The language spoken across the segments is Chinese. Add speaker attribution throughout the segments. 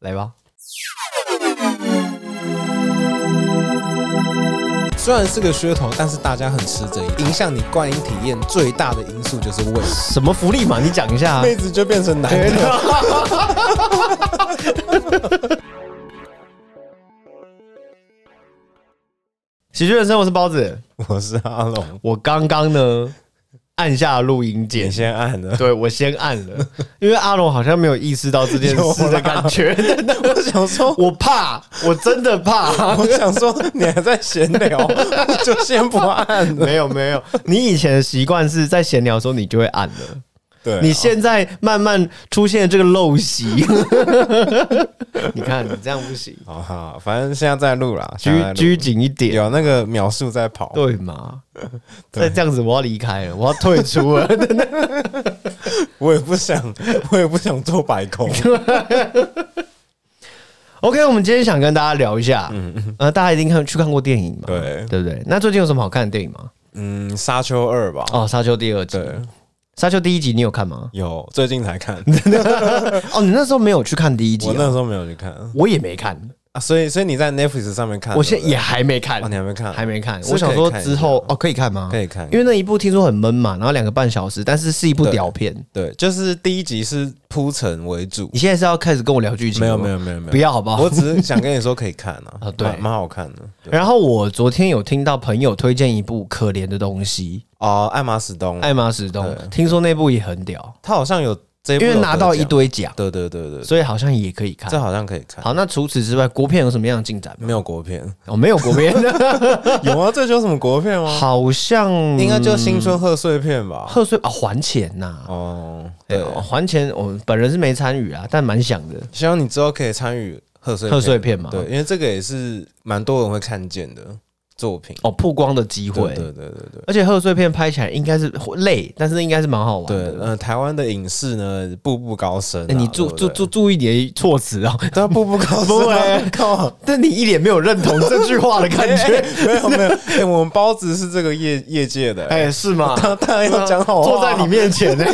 Speaker 1: 来吧，
Speaker 2: 虽然是个噱头，但是大家很吃这一套影响你观影体验最大的因素就是味，
Speaker 1: 什么福利嘛？你讲一下啊。
Speaker 2: 妹子就变成男的。
Speaker 1: 喜剧人生，我是包子。
Speaker 2: 我是阿龙，
Speaker 1: 我刚刚呢按下录音键
Speaker 2: 你，先按了。
Speaker 1: 对我先按了，因为阿龙好像没有意识到这件事的感 觉。真的
Speaker 2: 我想说，
Speaker 1: 我怕，我真的怕。
Speaker 2: 我想说， 你还在闲聊，我就先不按了。
Speaker 1: 没有没有，你以前的习惯是在闲聊的时候你就会按了，
Speaker 2: 对啊，
Speaker 1: 你现在慢慢出现这个陋习。 你看你这样不 行，
Speaker 2: 好好，反正现在在录啦，现在在
Speaker 1: 拘拘
Speaker 2: 录
Speaker 1: 谨一点，
Speaker 2: 有那个秒数在跑。
Speaker 1: 对嘛？
Speaker 2: 对
Speaker 1: 再这样子我要离开了，我要退出了。
Speaker 2: 我也不想， 我也不想做白 工。
Speaker 1: OK，我们今天想跟大家聊一下，呃，大家一定看去看过电影嘛，
Speaker 2: 嗯对
Speaker 1: 对不对？那最近有什么好看的电影吗？
Speaker 2: 嗯，《沙丘二》吧。
Speaker 1: 哦，《沙丘》第二集，《
Speaker 2: 对，
Speaker 1: 沙丘》第一集你有看吗？
Speaker 2: 有最近才 看，
Speaker 1: 哦，你那时候没有去看第一集、
Speaker 2: 我
Speaker 1: 啊，
Speaker 2: 那时候没有去看
Speaker 1: 我也没看，
Speaker 2: 啊，所以所以你在 Netflix 上面看，
Speaker 1: 我现在
Speaker 2: 对
Speaker 1: 也还没看
Speaker 2: 不对哦，，你还没看，
Speaker 1: 还没看。
Speaker 2: 是
Speaker 1: 我想
Speaker 2: 可以
Speaker 1: 说
Speaker 2: 看一
Speaker 1: 之
Speaker 2: 下
Speaker 1: 后哦，可以看吗？
Speaker 2: 可以看
Speaker 1: 因为那一部听说很闷嘛，然后两个半小时，但是是一部
Speaker 2: 对
Speaker 1: 屌片。
Speaker 2: 对，就是第一集是铺陈为主
Speaker 1: 你，现在是要开始跟我聊剧情
Speaker 2: 没
Speaker 1: 了
Speaker 2: 有
Speaker 1: 吗
Speaker 2: 没有没有没有，
Speaker 1: 不要好不好
Speaker 2: 我只是想跟你说可以看啊，
Speaker 1: 啊对
Speaker 2: 蛮蛮好看的。对
Speaker 1: 然后我昨天有听到朋友推荐一部《可怜的东西
Speaker 2: 哦，艾玛史》东，
Speaker 1: 艾玛史东，哦听说那部也很屌，
Speaker 2: 他好像有这嗯一部
Speaker 1: 因
Speaker 2: 有
Speaker 1: 为拿到一
Speaker 2: 得奖，
Speaker 1: 堆奖，
Speaker 2: 对对对对，
Speaker 1: 所以好像也可以看。
Speaker 2: 这好像可以看。
Speaker 1: 好，那除此之外，国片有什么样的进展吗？
Speaker 2: 没有国片，
Speaker 1: 哦，没有国 片，
Speaker 2: 有啊？这就有什么国片吗？
Speaker 1: 好像
Speaker 2: 应该就新春贺岁片吧。
Speaker 1: 贺岁啊，还钱呐、
Speaker 2: 哦，
Speaker 1: 对，
Speaker 2: 对，
Speaker 1: 还钱，我本人是没参与啊，但蛮想的。
Speaker 2: 希望你之后可以参与贺岁
Speaker 1: 贺岁片嘛，
Speaker 2: 对，，因为这个也是蛮多人会看见的作品。
Speaker 1: 哦，曝光的机会
Speaker 2: 对。对对对对
Speaker 1: 而且贺岁片拍起来应该是累，但是应该是蛮好玩
Speaker 2: 对
Speaker 1: 的。，
Speaker 2: 呃，台湾的影视呢，步步高升啊、
Speaker 1: 哎你注
Speaker 2: 对
Speaker 1: 注
Speaker 2: 不对
Speaker 1: 注注意你的措辞啊！
Speaker 2: 对啊，步步高升、
Speaker 1: 不
Speaker 2: 啊
Speaker 1: 会，
Speaker 2: 靠，
Speaker 1: 但你一脸没有认同这句话的感 觉，
Speaker 2: 没有没有，哎、我们包子是这个业业界的、哎
Speaker 1: 哎，是吗？
Speaker 2: 当当然要 讲好话，
Speaker 1: 坐在你面前 呢，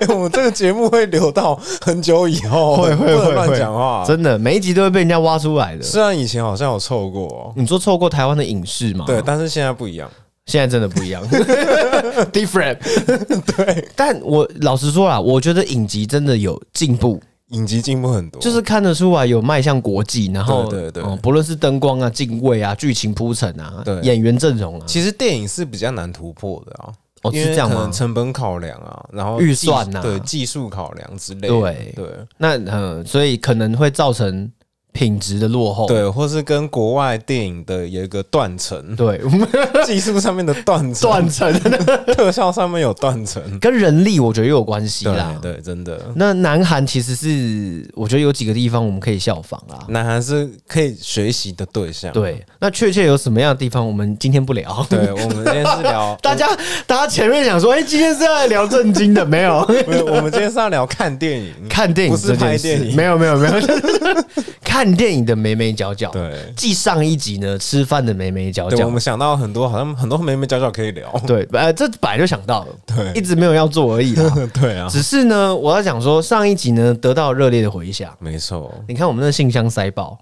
Speaker 2: 哎我们这个节目会留到很久以后，
Speaker 1: 会会
Speaker 2: 不能
Speaker 1: 会
Speaker 2: 乱
Speaker 1: 会
Speaker 2: 讲话。
Speaker 1: 真的，每一集都会被人家挖出来的。
Speaker 2: 虽然以前好像有凑过、哦，
Speaker 1: 你说错过台湾的影视吗？
Speaker 2: 对，但是现在不一样。
Speaker 1: 现在真的不 一样 ，different。对，但我老实说啦，我觉得影集真的有进步，
Speaker 2: 影集进步很多，
Speaker 1: 就是看得出来有迈向国际，然后
Speaker 2: 对对对
Speaker 1: 哦不论是灯光啊、敬畏啊、剧情铺陈啊
Speaker 2: 对、
Speaker 1: 演员阵容啊，
Speaker 2: 其实电影是比较难突破的啊，
Speaker 1: 哦
Speaker 2: 因
Speaker 1: 是
Speaker 2: 为
Speaker 1: 这样
Speaker 2: 可
Speaker 1: 吗
Speaker 2: 能？成本考量啊，然后
Speaker 1: 预
Speaker 2: 技
Speaker 1: 算啊
Speaker 2: 对技术考量之类的，
Speaker 1: 对
Speaker 2: 对
Speaker 1: 那嗯，所以可能会造成品质的落后。
Speaker 2: 对，或是跟国外电影的有一个 断层，
Speaker 1: 对，我们
Speaker 2: 技术上面的断层，
Speaker 1: 断层
Speaker 2: 特效上面有断层，
Speaker 1: 跟人力我觉得也有关系啦
Speaker 2: 对。对，真的。
Speaker 1: 那南韩其实是我觉得有几个地方我们可以效仿啦。
Speaker 2: 那还是可以学习的对象。
Speaker 1: 对，那确切有什么样的地方，我们今天不聊。，
Speaker 2: 对，我们今天是聊
Speaker 1: 大家大家前面想说，哎、今天是要来聊正经的，没有
Speaker 2: 不是我们今天是要聊看 电影。
Speaker 1: 看电影
Speaker 2: 不是
Speaker 1: 这件
Speaker 2: 拍
Speaker 1: 事，
Speaker 2: 电影
Speaker 1: 没有没有 没有，看电影的眉眉角角。
Speaker 2: 对，
Speaker 1: 继上一集呢，吃饭的眉眉角
Speaker 2: 对，我
Speaker 1: 角。
Speaker 2: 们想到很多，好像很多眉眉角角可以 聊。
Speaker 1: 对，呃，这本来就想到了，
Speaker 2: 对
Speaker 1: 一直没有要做而已 啦。
Speaker 2: 对啊，
Speaker 1: 只是呢，我要讲说，上一集呢得到热烈的回响。
Speaker 2: 没错。
Speaker 1: 你看我们的信箱塞爆，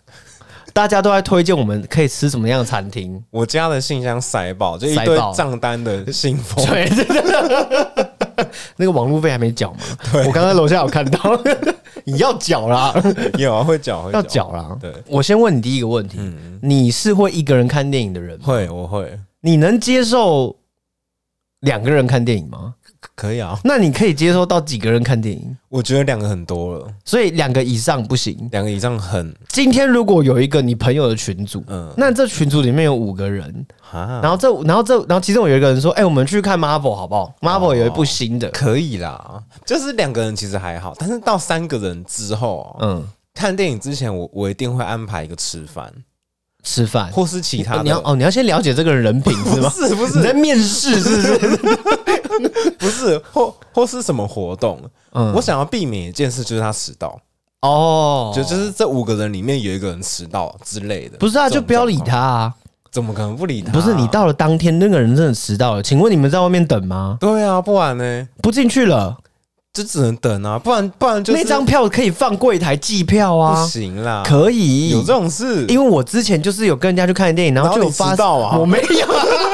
Speaker 1: 大家都在推荐我们可以吃什么样的餐厅。
Speaker 2: 我家的信箱塞爆，就一
Speaker 1: 塞
Speaker 2: 堆
Speaker 1: 爆
Speaker 2: 账单的信 封。
Speaker 1: 对，真的。那个网路费还没缴嘛？我刚才楼下有看到， 你要缴啦，
Speaker 2: 有啊，会缴，嗯会
Speaker 1: 要缴啦。
Speaker 2: 对，
Speaker 1: 我先问你第一个问题：你是会一个人看电影的人吗？
Speaker 2: 会，我会，
Speaker 1: 你能接受两个人看电影吗？
Speaker 2: 可以啊。
Speaker 1: 那你可以接受到几个人看电影？
Speaker 2: 我觉得两个很多了，
Speaker 1: 所以两个以上不行。
Speaker 2: 两个以上很，
Speaker 1: 今天如果有一个你朋友的群组，
Speaker 2: 嗯
Speaker 1: 那这群组里面有五个人，
Speaker 2: 啊，
Speaker 1: 然后这然后这然后其中有一个人说：“哎、我们去看 Marvel 好不好？Marvel
Speaker 2: 哦
Speaker 1: 有一部新的，
Speaker 2: 可以啦。就是两个人其实还好，但是到三个人之后啊，
Speaker 1: 嗯，
Speaker 2: 看电影之前我我一定会安排一个吃饭，
Speaker 1: 吃饭。”
Speaker 2: 或是其他
Speaker 1: 哦
Speaker 2: 的。
Speaker 1: 你要哦，你要先了解这个人人品是吗？
Speaker 2: 不是不是
Speaker 1: 你在面试是不是？
Speaker 2: 不是，或或是什么活动，
Speaker 1: 嗯
Speaker 2: 我想要避免一件事，就是他迟到，
Speaker 1: 哦，
Speaker 2: 就就是这五个人里面有一个人迟到之类的。
Speaker 1: 不是啊，
Speaker 2: 这
Speaker 1: 就
Speaker 2: 种
Speaker 1: 不要理他啊。
Speaker 2: 怎么可能不理他？
Speaker 1: 不是你，到了当天，那个人真的迟到了，请问你们在外面等吗？
Speaker 2: 对啊，不然呢？
Speaker 1: 不进去了，
Speaker 2: 就只能等啊，不然不然就是
Speaker 1: 那张票可以放柜台计票
Speaker 2: 不
Speaker 1: 啊，
Speaker 2: 行啦，
Speaker 1: 可以。
Speaker 2: 有这种事，
Speaker 1: 因为我之前就是有跟人家去看电影，然后
Speaker 2: 然后
Speaker 1: 就有
Speaker 2: 你
Speaker 1: 发
Speaker 2: 迟到啊
Speaker 1: 我没有，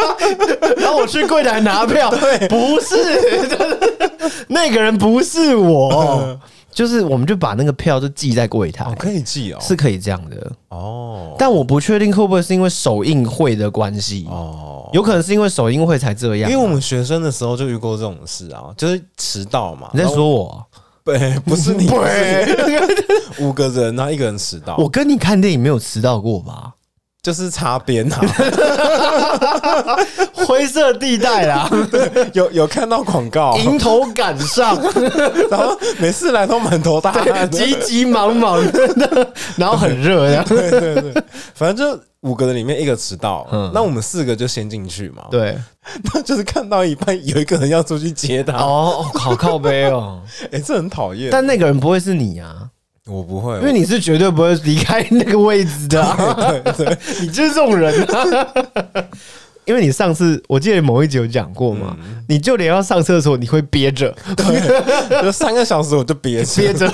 Speaker 1: 然后我去柜台拿票， 对，不是 那个人不是我， 就是我们就把那个票就记在柜台
Speaker 2: 哦，，可以寄哦，
Speaker 1: 是可以这样的，
Speaker 2: 哦
Speaker 1: 但我不确定会不会是因为首映会的关系，
Speaker 2: 哦，
Speaker 1: 有可能是因为首映会才这
Speaker 2: 因
Speaker 1: 样
Speaker 2: 为。我们学生的时候就遇过这种事啊，就是迟到嘛，
Speaker 1: 你在说我？啊
Speaker 2: 对，不 是你，不是你五个人，然后一个人迟到，
Speaker 1: 我跟你看电影没有迟到过吧？
Speaker 2: 就是擦边啊，
Speaker 1: 灰色地带啦，
Speaker 2: 有有看到广告，
Speaker 1: 迎头赶 上，
Speaker 2: 然后每次来都满头 大汗的，
Speaker 1: 急急忙忙 的，然后很热这样。
Speaker 2: 对对对，反正就五个人里面一个迟到，那我们四个就先进去嘛，，
Speaker 1: 嗯对，
Speaker 2: 那就是看到一半有一个人要出去接他，
Speaker 1: 哦，好靠背哦。
Speaker 2: 哎，这很讨厌，
Speaker 1: 但那个人不会是你啊，
Speaker 2: 我不会，
Speaker 1: 因为你是绝对不会离开那个位置的啊、
Speaker 2: 对对，
Speaker 1: 你就是这种人啊。 因为你上次我记得某一集有讲过嘛，你就连要上厕所你会憋着，
Speaker 2: 就三个小时我就憋着
Speaker 1: 憋， 着。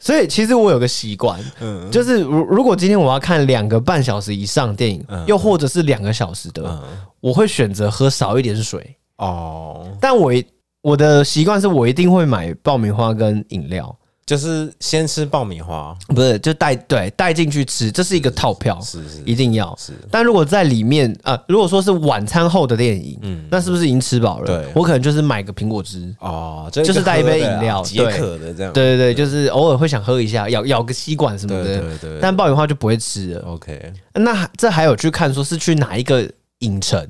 Speaker 1: 所以其实我有个习惯，
Speaker 2: 嗯，
Speaker 1: 就是如如果今天我要看两个半小时以上电影，又或者是两个小时的，
Speaker 2: 嗯
Speaker 1: 我会选择喝少一点水。
Speaker 2: 哦，
Speaker 1: 但我一我的习惯是我一定会买爆米花跟饮料，
Speaker 2: 就是先吃爆米花，
Speaker 1: 不是就带对带进去吃，这是一个套票，
Speaker 2: 是是
Speaker 1: 一定要。
Speaker 2: 是，
Speaker 1: 但如果在里面啊、呃如果说是晚餐后的电影，
Speaker 2: 嗯
Speaker 1: 那是不是已经吃饱了？
Speaker 2: 对
Speaker 1: 我可能就是买个苹果汁。
Speaker 2: 哦，就
Speaker 1: 就是带一杯
Speaker 2: 喝的啊
Speaker 1: 饮料
Speaker 2: 解
Speaker 1: 对
Speaker 2: 渴的这样，
Speaker 1: 对对对，就是偶尔会想喝一下，咬咬个吸管什么
Speaker 2: 对
Speaker 1: 的。
Speaker 2: 对对，
Speaker 1: 但爆米花就不会吃了。
Speaker 2: OK，
Speaker 1: 那还这还有去看说是去哪一个影城？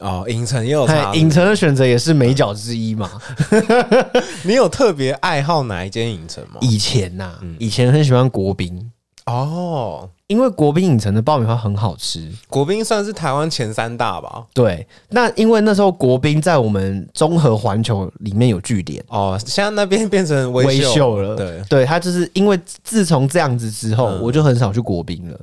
Speaker 2: 哦，影城也有
Speaker 1: 哎
Speaker 2: 差，
Speaker 1: 影城的选择也是美角之一嘛。
Speaker 2: 你有特别爱好哪一间影城吗？
Speaker 1: 以前呐、
Speaker 2: 嗯
Speaker 1: 以前很喜欢国宾，
Speaker 2: 哦，
Speaker 1: 因为国宾影城的爆米花很好吃。
Speaker 2: 国宾算是台湾前三大吧。
Speaker 1: 对，那因为那时候国宾在我们综合环球里面有据点。
Speaker 2: 哦，现在那边变成
Speaker 1: 微
Speaker 2: 微秀，
Speaker 1: 秀了，
Speaker 2: 对，
Speaker 1: 对他就是因为自从这样子之后，我就很少去国宾了。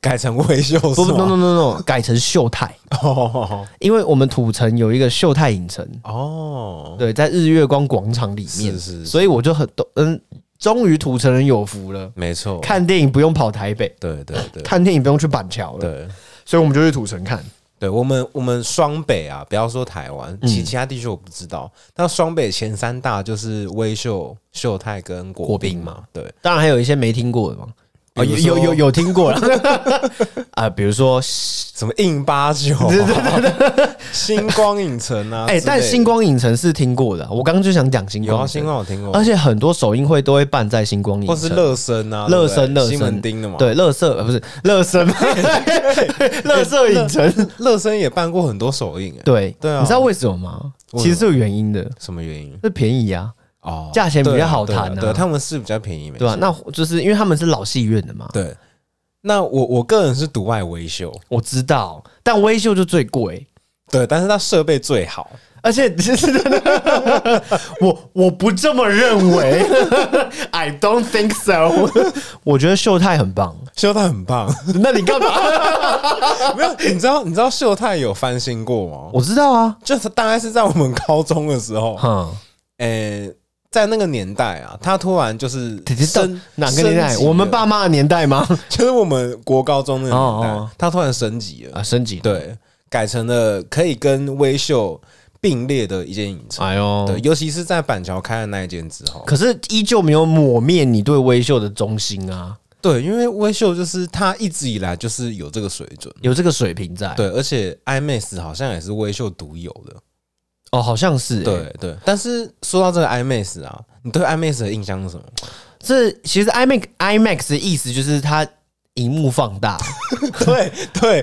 Speaker 2: 改成微秀
Speaker 1: 不
Speaker 2: 是
Speaker 1: 不，no
Speaker 2: 吗？
Speaker 1: no no no，改成秀泰，
Speaker 2: 哦
Speaker 1: 因为我们土城有一个秀泰影城，
Speaker 2: 哦，
Speaker 1: 对，在日月光广场里面，
Speaker 2: 是是是
Speaker 1: 所以我就很懂，嗯，终于土城人有福了，
Speaker 2: 没错，
Speaker 1: 看电影不用跑台北，
Speaker 2: 对对对
Speaker 1: 看电影不用去板桥了，
Speaker 2: 对
Speaker 1: 所以我们就去土城看。
Speaker 2: 对，我们我们双北啊，不要说台湾，
Speaker 1: 嗯
Speaker 2: 其其他地区我不知道，但双北前三大就是微秀、秀泰跟国宾嘛，对，
Speaker 1: 当然还有一些没听过的嘛，啊、
Speaker 2: 比
Speaker 1: 有
Speaker 2: 如说
Speaker 1: 有有有听过了 啊、比如说，哎、
Speaker 2: 什么印八九、啊， 星光影 城啊，之类
Speaker 1: 哎但
Speaker 2: 的
Speaker 1: 星光影城是听过的，啊我刚刚就想讲星
Speaker 2: 有
Speaker 1: 光
Speaker 2: 啊，
Speaker 1: 影
Speaker 2: 星
Speaker 1: 城，
Speaker 2: 光我听过，
Speaker 1: 而且很多首映会都会办在星光影
Speaker 2: 或
Speaker 1: 城，
Speaker 2: 是乐生啊，
Speaker 1: 乐生乐
Speaker 2: 对不对
Speaker 1: 生
Speaker 2: 西门町的嘛，，
Speaker 1: 对，乐色呃不是乐生， 乐色影城，
Speaker 2: 乐生也办过很多首映、欸，
Speaker 1: 对
Speaker 2: 对啊
Speaker 1: 你知道为什么吗？
Speaker 2: 为什么
Speaker 1: 其实是有原因的，
Speaker 2: 什么原因？
Speaker 1: 是便宜啊，
Speaker 2: 哦，
Speaker 1: 价钱比
Speaker 2: 对啊
Speaker 1: 较好
Speaker 2: 对啊
Speaker 1: 谈啊
Speaker 2: 对，他们是比较便宜，没
Speaker 1: 对吧、啊
Speaker 2: 错
Speaker 1: 那就是因为他们是老戏院的嘛，
Speaker 2: 对。那我我个人是独爱维修，
Speaker 1: 我知道，但微秀就最贵。
Speaker 2: 对，但是它设备最好，
Speaker 1: 而且， 其实我我不这么认为，I don't think so。我 觉得秀泰很棒，
Speaker 2: 秀泰很棒。
Speaker 1: 那你干嘛？
Speaker 2: 没有，你知道你知道秀泰有翻新过吗？
Speaker 1: 我知道啊，
Speaker 2: 就是大概是在我们高中的时 候，
Speaker 1: 哼，
Speaker 2: 诶、在那个年代啊，他突然就是
Speaker 1: 姐姐到
Speaker 2: 升
Speaker 1: 哪个年代？
Speaker 2: 升级了
Speaker 1: 我们爸妈的年代吗？
Speaker 2: 就是我们国高中那个年代，
Speaker 1: 哦哦
Speaker 2: 他突然升级了，
Speaker 1: 啊，升级，
Speaker 2: 对，改成了可以跟微秀并列的一间影城。
Speaker 1: 哎呦，
Speaker 2: 对，尤其是在板桥开的那一间之后，
Speaker 1: 可是依旧没有抹灭你对微秀的忠心啊，
Speaker 2: 对，因为微秀就是它一直以来就是有这个水准，
Speaker 1: 有这个水平在。
Speaker 2: 对，而且 IMAX 好像也是微秀独有的，
Speaker 1: 哦，好像是、欸。，
Speaker 2: 对对。但是说到这个 IMAX 啊，你对 IMAX 的印象是什么？
Speaker 1: 这其实 IMAX IMAX 的意思就是它荧幕放大，
Speaker 2: 对 对，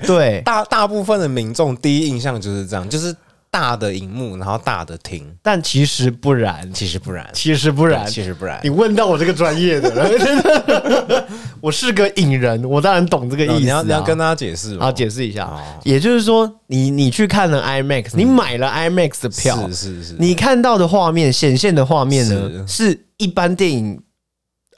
Speaker 1: 对
Speaker 2: 大大部分的民众第一印象就是这样，就是大的荧幕，然后大的厅，
Speaker 1: 但其实不然，
Speaker 2: 其实不然，
Speaker 1: 其实不然
Speaker 2: 对。其实不然
Speaker 1: 你。问到我这个专业的了，真的 我是个影人，我当然懂这个意思、啊
Speaker 2: 哦你要你要跟大家解释吗，
Speaker 1: 啊解释一下，
Speaker 2: 哦嗯
Speaker 1: 也就是说，你你去看了 IMAX，、你买了 IMAX 的票，
Speaker 2: 是是是，
Speaker 1: 你看到的画面显现的画面呢，是一般电影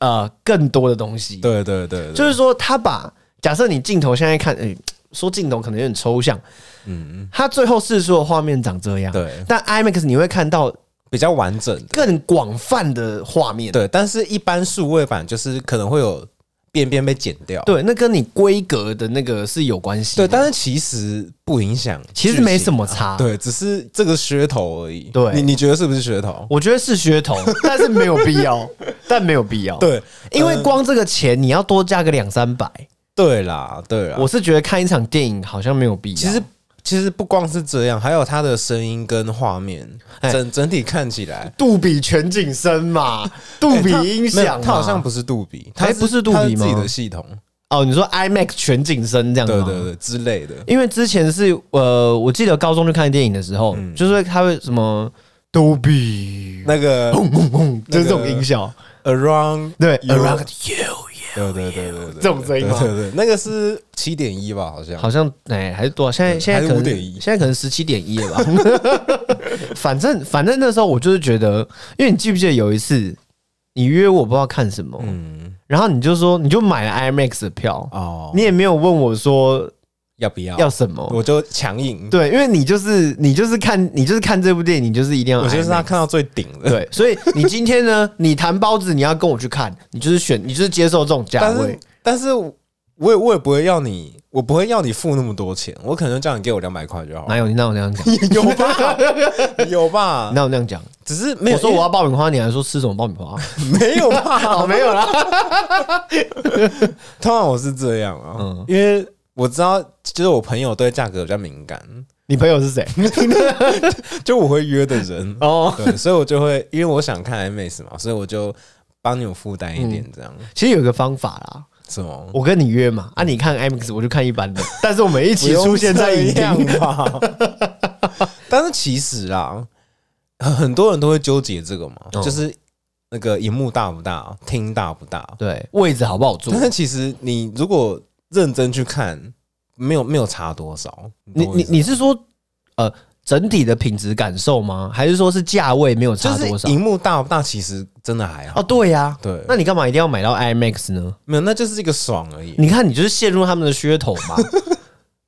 Speaker 1: 呃更多的东西。，
Speaker 2: 对对对对，
Speaker 1: 就是说他把假设你镜头现在看，哎、说镜头可能有点抽象，
Speaker 2: 嗯，
Speaker 1: 它最后试出的画面长这样。
Speaker 2: 对
Speaker 1: 但 IMAX 你会看到
Speaker 2: 比较完整的。
Speaker 1: 更广泛的画面。
Speaker 2: 对，但是一般数位版就是可能会有边边被剪掉。
Speaker 1: 对，那跟你规格的那个是有关系的。啊
Speaker 2: 对，但是其实不影响，
Speaker 1: 其实没什。么差。，
Speaker 2: 对，只是这个噱头而已。
Speaker 1: 对
Speaker 2: 你你觉得是不是噱头？
Speaker 1: 我觉得是噱 头，但是没有必要，但没有必要。，
Speaker 2: 对，呃
Speaker 1: 因为光这个钱你要多加个两三百，
Speaker 2: 对啦，对啦。
Speaker 1: 我是觉得看一场电影好像没有必要。
Speaker 2: 其实其实不光是这样，还有它的声音跟画面，
Speaker 1: 哎
Speaker 2: 整整体看起来。
Speaker 1: 杜比全景声 嘛，杜比
Speaker 2: 哎它
Speaker 1: 音
Speaker 2: 没
Speaker 1: 响
Speaker 2: 有
Speaker 1: 嘛，
Speaker 2: 它好像不是杜比，它
Speaker 1: 哎不是杜比
Speaker 2: 它自己
Speaker 1: 吗嗯
Speaker 2: 的系统，
Speaker 1: 哦，你说 IMAX 全景声这样
Speaker 2: 对
Speaker 1: 吗？
Speaker 2: 对对之类的。
Speaker 1: 因为之前是呃，我记得高中去看电影的时候，就是会他会什么杜比，
Speaker 2: 那个
Speaker 1: 轰轰轰， 就是这
Speaker 2: 那
Speaker 1: 种
Speaker 2: 个
Speaker 1: 音效，
Speaker 2: Around，
Speaker 1: 对呃
Speaker 2: You
Speaker 1: ，Around You，
Speaker 2: 对对对对对，
Speaker 1: 这种声音吗
Speaker 2: 对对对，那个是七点一吧，好像。
Speaker 1: 好像哎、还是多少？现在
Speaker 2: 对
Speaker 1: 现在可能
Speaker 2: 还是5.1
Speaker 1: 现在可能十七点一了吧。 反正反正那时候我就是觉得，因为你记不记得有一次你约我不知道看什么，
Speaker 2: 嗯，
Speaker 1: 然后你就说你就买了 IMAX 的票，
Speaker 2: 哦，
Speaker 1: 你也没有问我说
Speaker 2: 要不要？
Speaker 1: 要什么。
Speaker 2: 我就强硬，
Speaker 1: 对，因为你就是你就是看你就是看这部电影，你就是一定要
Speaker 2: 我
Speaker 1: IMAX。
Speaker 2: 就是他看到最顶的。
Speaker 1: 哎 对，所以你今天呢， 你谈包子，你要跟我去看，你就是选，你就是接受这种价
Speaker 2: 但是哦
Speaker 1: 位。
Speaker 2: 但是我也我也不会要你，我不会要你付那么多钱，我可能就叫你给我两百块就好
Speaker 1: 哪
Speaker 2: 了。
Speaker 1: 有你哪有那样讲？
Speaker 2: 有 吧？ 有吧？
Speaker 1: 哪有那样讲？
Speaker 2: 只是没有
Speaker 1: 我说我要爆米花，你还说吃什么爆米 花？
Speaker 2: 没有吧？
Speaker 1: 哦，没有啦。
Speaker 2: 通常我是这样啊，
Speaker 1: 嗯
Speaker 2: 因为我知道，就是我朋友对价格比较敏感，
Speaker 1: 你朋友是 谁？
Speaker 2: 就我会约的人，
Speaker 1: 哦，
Speaker 2: 啊对，所以我就会，因为我想看 IMAX 嘛，所以我就帮你们负担一
Speaker 1: 嗯
Speaker 2: 点，这样、
Speaker 1: 其实有一个方法啦，
Speaker 2: 是吗？
Speaker 1: 我跟你约嘛，啊，你看 IMAX，我就看一般 的，但是我们一
Speaker 2: 不
Speaker 1: 起
Speaker 2: 用
Speaker 1: 出现在
Speaker 2: 这
Speaker 1: 影
Speaker 2: 样
Speaker 1: 厅。
Speaker 2: 吧。 但是其实啊，很很多人都会纠结这个嘛，
Speaker 1: 嗯
Speaker 2: 就是那个荧幕大不大，厅大不大。
Speaker 1: 对，位置好不好坐
Speaker 2: 但？是其实你如果认真去看，没有没有差多少。
Speaker 1: 你
Speaker 2: 懂我
Speaker 1: 你
Speaker 2: 意思吗
Speaker 1: 你是说呃整体的品质感受吗？还是说是价位没有差多
Speaker 2: 就是
Speaker 1: 少？
Speaker 2: 荧幕大不大，其实真的还好。
Speaker 1: 哦，对呀，
Speaker 2: 对，
Speaker 1: 那你干嘛一定要买到 IMAX 呢？
Speaker 2: 没有，那就是一个爽而已。
Speaker 1: 你看，你就是陷入他们的噱头 嘛。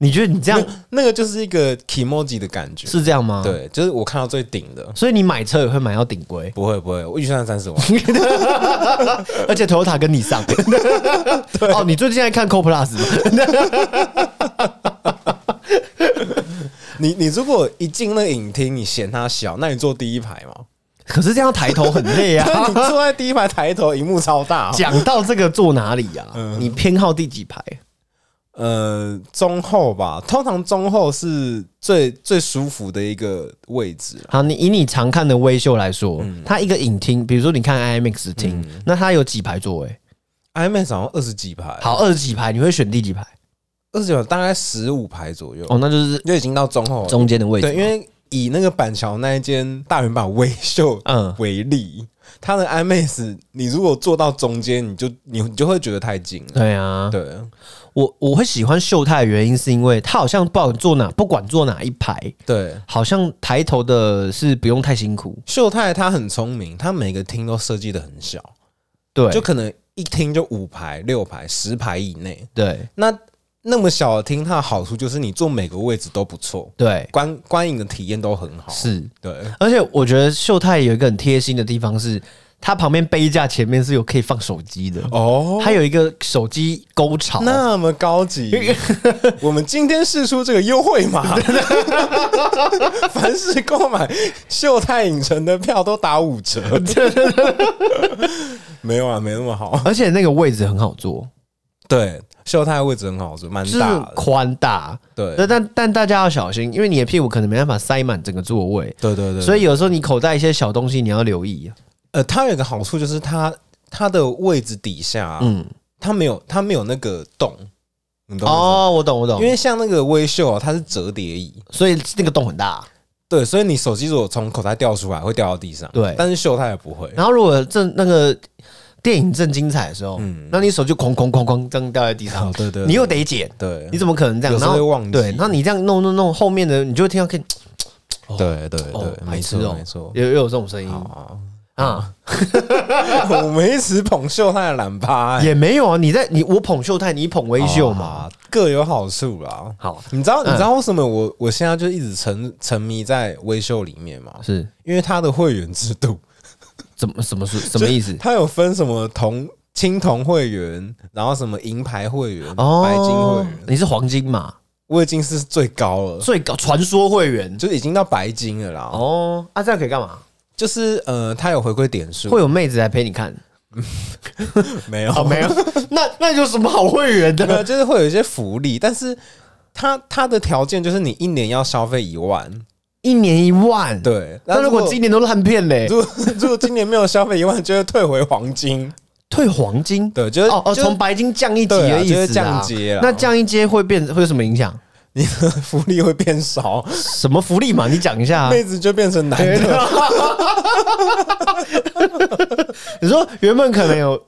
Speaker 1: 你觉得你这样
Speaker 2: 没有那个就是一个 emoji 的感觉，
Speaker 1: 是这样吗？，
Speaker 2: 对，就是我看到最顶的，
Speaker 1: 所以你买车也会买到顶规，
Speaker 2: 不会不会，我预算三 十万，
Speaker 1: 而且 Toyota 跟你 上。哦，你最近在看 Co Plus 吗
Speaker 2: 你你如果一进那个影厅，你嫌它小，那你坐第一排 嘛？
Speaker 1: 可是这样抬头很累啊。
Speaker 2: 但你坐在第一排，抬头，荧幕超大、
Speaker 1: 讲到这个坐哪里呀、啊？你偏好第几排？
Speaker 2: 呃，中后吧，通常中后是最最舒服的一个位置啦
Speaker 1: 好，你以你常看的微秀来说，它一个影厅，比如说你看 IMAX 厅，那它有几排座位？
Speaker 2: ，IMAX 好像二十几排，
Speaker 1: 好，二十几排，你会选第几排？
Speaker 2: 二十几排大概十五排左右，
Speaker 1: 哦，那就是
Speaker 2: 就已经到中后了。
Speaker 1: 中间的位置嘛。
Speaker 2: 对，因为以那个板桥那一间大圆板微秀
Speaker 1: 嗯
Speaker 2: 为例，它的 IMAX，你如果坐到中间，你就你你就会觉得太近了。
Speaker 1: 对啊，
Speaker 2: 对，
Speaker 1: 我我会喜欢秀泰的原因是因为它好像不管坐哪，不管坐哪一排，
Speaker 2: 对，
Speaker 1: 好像抬头的是不用太辛苦，
Speaker 2: 秀泰他很聪明，他每个厅都设计的很小，
Speaker 1: 对，
Speaker 2: 就可能一厅就五排、六排、十排以内。
Speaker 1: 对
Speaker 2: 那那么小的厅，它的好处就是你坐每个位置都不错，
Speaker 1: 对
Speaker 2: 观观影的体验都很好。
Speaker 1: 是，
Speaker 2: 对，
Speaker 1: 而且我觉得秀泰有一个很贴心的地方是，它旁边杯架前面是有可以放手机的，
Speaker 2: 哦，
Speaker 1: 它有一个手机沟槽，
Speaker 2: 那么 高级，我们今天试出这个优惠码， 凡是购买秀泰影城的票都打 五折。没有啊，没那么好。
Speaker 1: 而且那个位置很好坐，
Speaker 2: 对，秀泰位置很好，蛮
Speaker 1: 就是
Speaker 2: 大的。
Speaker 1: 宽大，
Speaker 2: 对，
Speaker 1: 但但但大家要小心，因为你的屁股可能没办法塞满整个座位，
Speaker 2: 对对对。
Speaker 1: 所
Speaker 2: 以，
Speaker 1: 以有时候你口袋一些小东西你要留意，
Speaker 2: 呃，它有一个好处就是它它的位置底下啊、
Speaker 1: 嗯，
Speaker 2: 它没有它没有那个洞，你懂吗？
Speaker 1: 哦，我懂我懂，
Speaker 2: 因为像那个微秀啊，它是折叠椅，
Speaker 1: 所以那个洞很大。
Speaker 2: 对，所以你手机如果从口袋掉出来会掉到地上，
Speaker 1: 对
Speaker 2: 但是秀泰也不会。
Speaker 1: 然后如果正那个电影正精彩的时候，
Speaker 2: 嗯
Speaker 1: 那你手就哐哐哐哐这样掉在地上
Speaker 2: 哦，，对对，
Speaker 1: 你又得捡，
Speaker 2: 对，
Speaker 1: 你怎么可能这样？
Speaker 2: 有时
Speaker 1: 然
Speaker 2: 候
Speaker 1: 后
Speaker 2: 会忘记
Speaker 1: 对，那你这样弄弄弄，后面的你就会听到可以
Speaker 2: 对对对，
Speaker 1: 哦，
Speaker 2: 没
Speaker 1: 白痴
Speaker 2: 错
Speaker 1: 哦
Speaker 2: 没 错，。
Speaker 1: 有有这种声音
Speaker 2: 好
Speaker 1: 啊，
Speaker 2: 啊，我们一直捧秀他的懒趴、欸，
Speaker 1: 也没有啊。你在你我捧秀泰，你捧微秀嘛
Speaker 2: 啊？各有好处啦。
Speaker 1: 好，
Speaker 2: 你知道你
Speaker 1: 嗯
Speaker 2: 知道为什么我我现在就一直沉沉迷在微秀里面吗？
Speaker 1: 是
Speaker 2: 因为它的会员制度，
Speaker 1: 怎么什么 是什么意思？
Speaker 2: 它有分什么同青铜会员，然后什么银牌会员、
Speaker 1: 哦，
Speaker 2: 白金会员，
Speaker 1: 你是黄金嘛？
Speaker 2: 我已经是最高了，
Speaker 1: 最高传说会员
Speaker 2: 就是已经到白金了啦。
Speaker 1: 哦，啊，这样可以干嘛？
Speaker 2: 就是呃，它有回馈点数，
Speaker 1: 会有妹子来陪你 看？
Speaker 2: 没有
Speaker 1: 哦，没有，那那有什么好会员
Speaker 2: 没
Speaker 1: 的？
Speaker 2: 有，就是会有一些福利，但是它它的条件就是你一年要消费一万，
Speaker 1: 一年一万，。
Speaker 2: 对。
Speaker 1: 那
Speaker 2: 那
Speaker 1: 如果今年都烂片嘞，
Speaker 2: 如果如果今年没有消费一万，就会退回黄金，
Speaker 1: 退黄金？
Speaker 2: 对，就是
Speaker 1: 哦哦，
Speaker 2: 就是
Speaker 1: 从白金降一级
Speaker 2: 对啊
Speaker 1: 的意
Speaker 2: 就是
Speaker 1: 思
Speaker 2: 降
Speaker 1: 啊
Speaker 2: 阶啦
Speaker 1: 那降一阶会变会有什么影响？
Speaker 2: 你的福利会变少，
Speaker 1: 什么福利嘛？你讲一下 啊。
Speaker 2: 妹子就变成男的，
Speaker 1: 你说原本可能有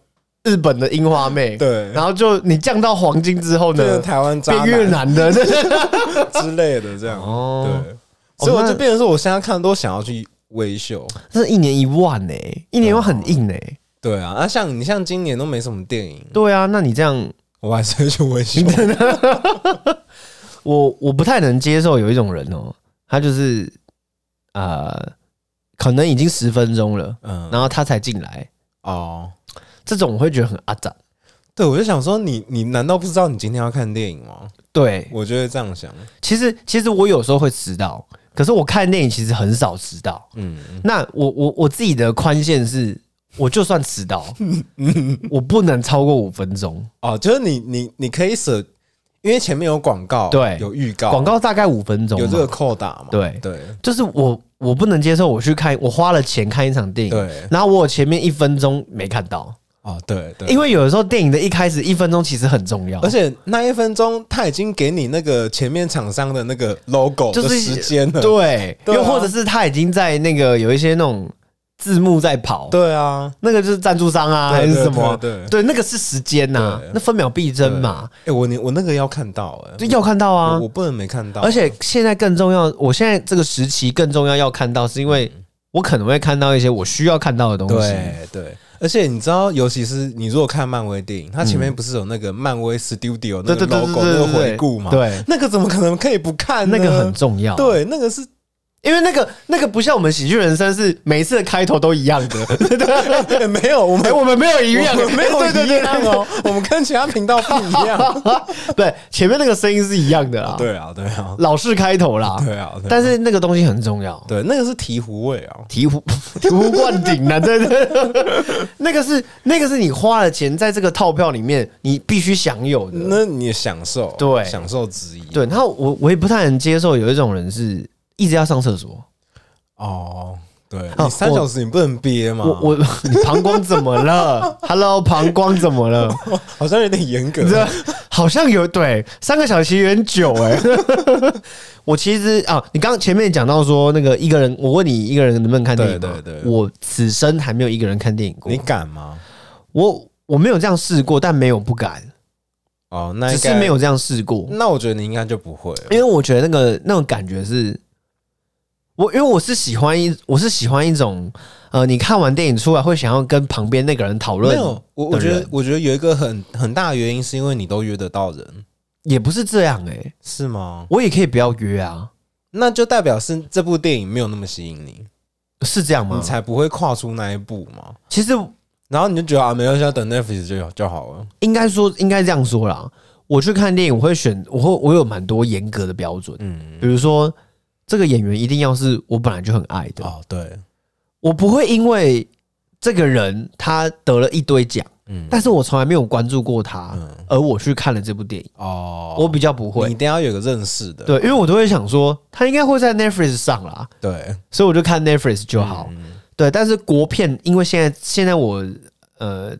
Speaker 1: 日本的樱花妹，
Speaker 2: 对
Speaker 1: 然后就你降到黄金之后
Speaker 2: 变
Speaker 1: 呢
Speaker 2: 成，台湾渣
Speaker 1: 变越
Speaker 2: 男
Speaker 1: 南的，
Speaker 2: 之类的这样。
Speaker 1: 哦
Speaker 2: 对，所以我
Speaker 1: 那
Speaker 2: 就变成说，我现在看都想要去维修。
Speaker 1: 这一年一万呢，一年又很硬呢。
Speaker 2: 对啊，那像你像今年都没什么电影，
Speaker 1: 对啊，那你这样，
Speaker 2: 我还是会去维修。
Speaker 1: 我我不太能接受有一种人哦，他就是呃，可能已经十分钟了，
Speaker 2: 嗯，
Speaker 1: 然后他才进来，
Speaker 2: 哦，
Speaker 1: 这种我会觉得很阿杂。
Speaker 2: 对，我就想说你，你难道不知道你今天要看电影吗？
Speaker 1: 对，
Speaker 2: 我就会这样想。
Speaker 1: 其实其实我有时候会迟到，可是我看电影其实很少迟到。
Speaker 2: 嗯，
Speaker 1: 那我我我自己的宽限是，我就算迟 到，我不能超过五分钟。
Speaker 2: 哦，就是你你你可以舍，因为前面有广告，
Speaker 1: 对
Speaker 2: 有预告，
Speaker 1: 广告大概五分钟嘛，
Speaker 2: 啊有这个扣打嘛？
Speaker 1: 对
Speaker 2: 对
Speaker 1: 就是我我不能接受，我去看我花了钱看一场电影，
Speaker 2: 对，
Speaker 1: 然后我有前面一分钟没看到，
Speaker 2: 哦对对，
Speaker 1: 因为有的时候电影的一开始一分钟其实很重要，
Speaker 2: 而且那一分钟他已经给你那个前面厂商的那个 logo
Speaker 1: 就
Speaker 2: 的
Speaker 1: 是
Speaker 2: 时间了，
Speaker 1: 对，
Speaker 2: 对啊
Speaker 1: 又或者是他已经在那个有一些那种字幕在跑，
Speaker 2: 对啊，
Speaker 1: 那个就是赞助商啊
Speaker 2: 对
Speaker 1: 还是什么，
Speaker 2: 对对
Speaker 1: 对，那个是时间呐
Speaker 2: 对，
Speaker 1: 那分秒必争嘛，
Speaker 2: 哎、我你我那个要看到哎、
Speaker 1: 就要看到啊
Speaker 2: 我，我不能没看到，
Speaker 1: 而且现在更重要，我现在这个时期更重要要看到，是因为
Speaker 2: 嗯
Speaker 1: 我可能会看到一些我需要看到的东西。
Speaker 2: 对对，而且你知道，尤其是你如果看漫威电影，它前面不是有那个漫威 Studio 那
Speaker 1: 嗯对对
Speaker 2: 个
Speaker 1: 对
Speaker 2: logo
Speaker 1: 对
Speaker 2: 那
Speaker 1: 对
Speaker 2: 个
Speaker 1: 对
Speaker 2: 回顾嘛？，
Speaker 1: 对，
Speaker 2: 那个怎么可能可以不看呢？
Speaker 1: 那个很重要。，啊
Speaker 2: 对，那个是
Speaker 1: 因为那个那个不像我们喜剧人生是每一次的开头都一样 的，
Speaker 2: 哎没有我
Speaker 1: 哎，
Speaker 2: 们。
Speaker 1: 我们没有一
Speaker 2: 一
Speaker 1: 样，
Speaker 2: 没有
Speaker 1: 对对
Speaker 2: 一
Speaker 1: 对
Speaker 2: 样哦， 我们跟其他频道不一样。
Speaker 1: 对，前面那个声音是一样的啦，
Speaker 2: 对啊，对啊，
Speaker 1: 老式开头啦，
Speaker 2: 对啊，对啊
Speaker 1: 但是那个东西很重要。
Speaker 2: 对那个是醍醐味啊。
Speaker 1: 醍醐 醍醐灌顶啊，对对，对 那个是那个是你花了钱在这个套票里面，你必须享有的。
Speaker 2: 那你的享受，
Speaker 1: 对
Speaker 2: 享受之一，
Speaker 1: 对，然后我我也不太能接受有一种人是一直要上厕所。
Speaker 2: 哦，对
Speaker 1: 啊
Speaker 2: 你三
Speaker 1: 我
Speaker 2: 小时你不能憋吗？
Speaker 1: 我我你膀胱怎么 了？Hello，膀胱怎么了？
Speaker 2: 好像有点严格，
Speaker 1: 这好像有对三个小时有点久哎、 我其实啊，你刚前面讲到说那个一个人，我问你一个人能不能看电影嘛？
Speaker 2: 对对对
Speaker 1: 我此生还没有一个人看电影过
Speaker 2: 你。敢吗？
Speaker 1: 我我没有这样试过，但没有不敢，
Speaker 2: 哦，那
Speaker 1: 只
Speaker 2: 应
Speaker 1: 是
Speaker 2: 该
Speaker 1: 没有这样试过。
Speaker 2: 那我觉得你应该就不会了
Speaker 1: 因为我觉得那个那种感觉是，我因为我是喜欢一我是喜欢一种呃，你看完电影出来会想要跟旁边那个人讨
Speaker 2: 没
Speaker 1: 论，
Speaker 2: 有，我我
Speaker 1: 的
Speaker 2: 觉
Speaker 1: 人
Speaker 2: 得我觉得有一个很很大的原因是因为你都约得到人，
Speaker 1: 也不是这样哎、
Speaker 2: 是吗？
Speaker 1: 我也可以不要约啊，
Speaker 2: 那就代表是这部电影没有那么吸引你，
Speaker 1: 是这样
Speaker 2: 你
Speaker 1: 吗？
Speaker 2: 才不会跨出那一步嘛。
Speaker 1: 其实
Speaker 2: 然后你就觉得啊，没关系，要等 Netflix 就有就好了。
Speaker 1: 应该说应该这样说啦，我去看电影我会选我会我有蛮多严格的标准，
Speaker 2: 嗯，
Speaker 1: 比如说这个演员一定要是我本来就很爱的，
Speaker 2: 哦，对，
Speaker 1: 我不会因为这个人他得了一堆奖，
Speaker 2: 嗯，
Speaker 1: 但是我从来没有关注过他，
Speaker 2: 嗯
Speaker 1: 而我去看了这部电影。
Speaker 2: 哦，
Speaker 1: 我比较不
Speaker 2: 你
Speaker 1: 会
Speaker 2: 一。定要有个认识的，
Speaker 1: 对，因为我都会想说，他应该会在 Netflix 上啦，
Speaker 2: 对，
Speaker 1: 所以我就看 Netflix 就好。
Speaker 2: 嗯
Speaker 1: 对，但是国片，因为现在现在我呃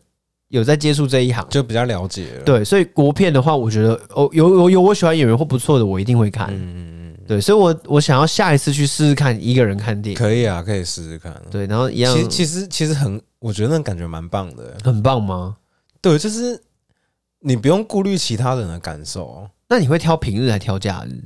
Speaker 1: 有在接触这一行，
Speaker 2: 就比较了解了。，
Speaker 1: 对，所以国片的话，我觉得哦有有有我喜欢演员或不错的，我一定会看。
Speaker 2: 嗯嗯嗯，
Speaker 1: 对，所以我我想要下一次去试试看一个人看电影。
Speaker 2: 可以啊，可以试试看。
Speaker 1: 对，然后一样
Speaker 2: 其实其实其实很，我觉得那感觉蛮棒的。
Speaker 1: 很棒吗？
Speaker 2: 对，就是你不用顾虑其他人的感受，
Speaker 1: 那你会挑平日还挑假日？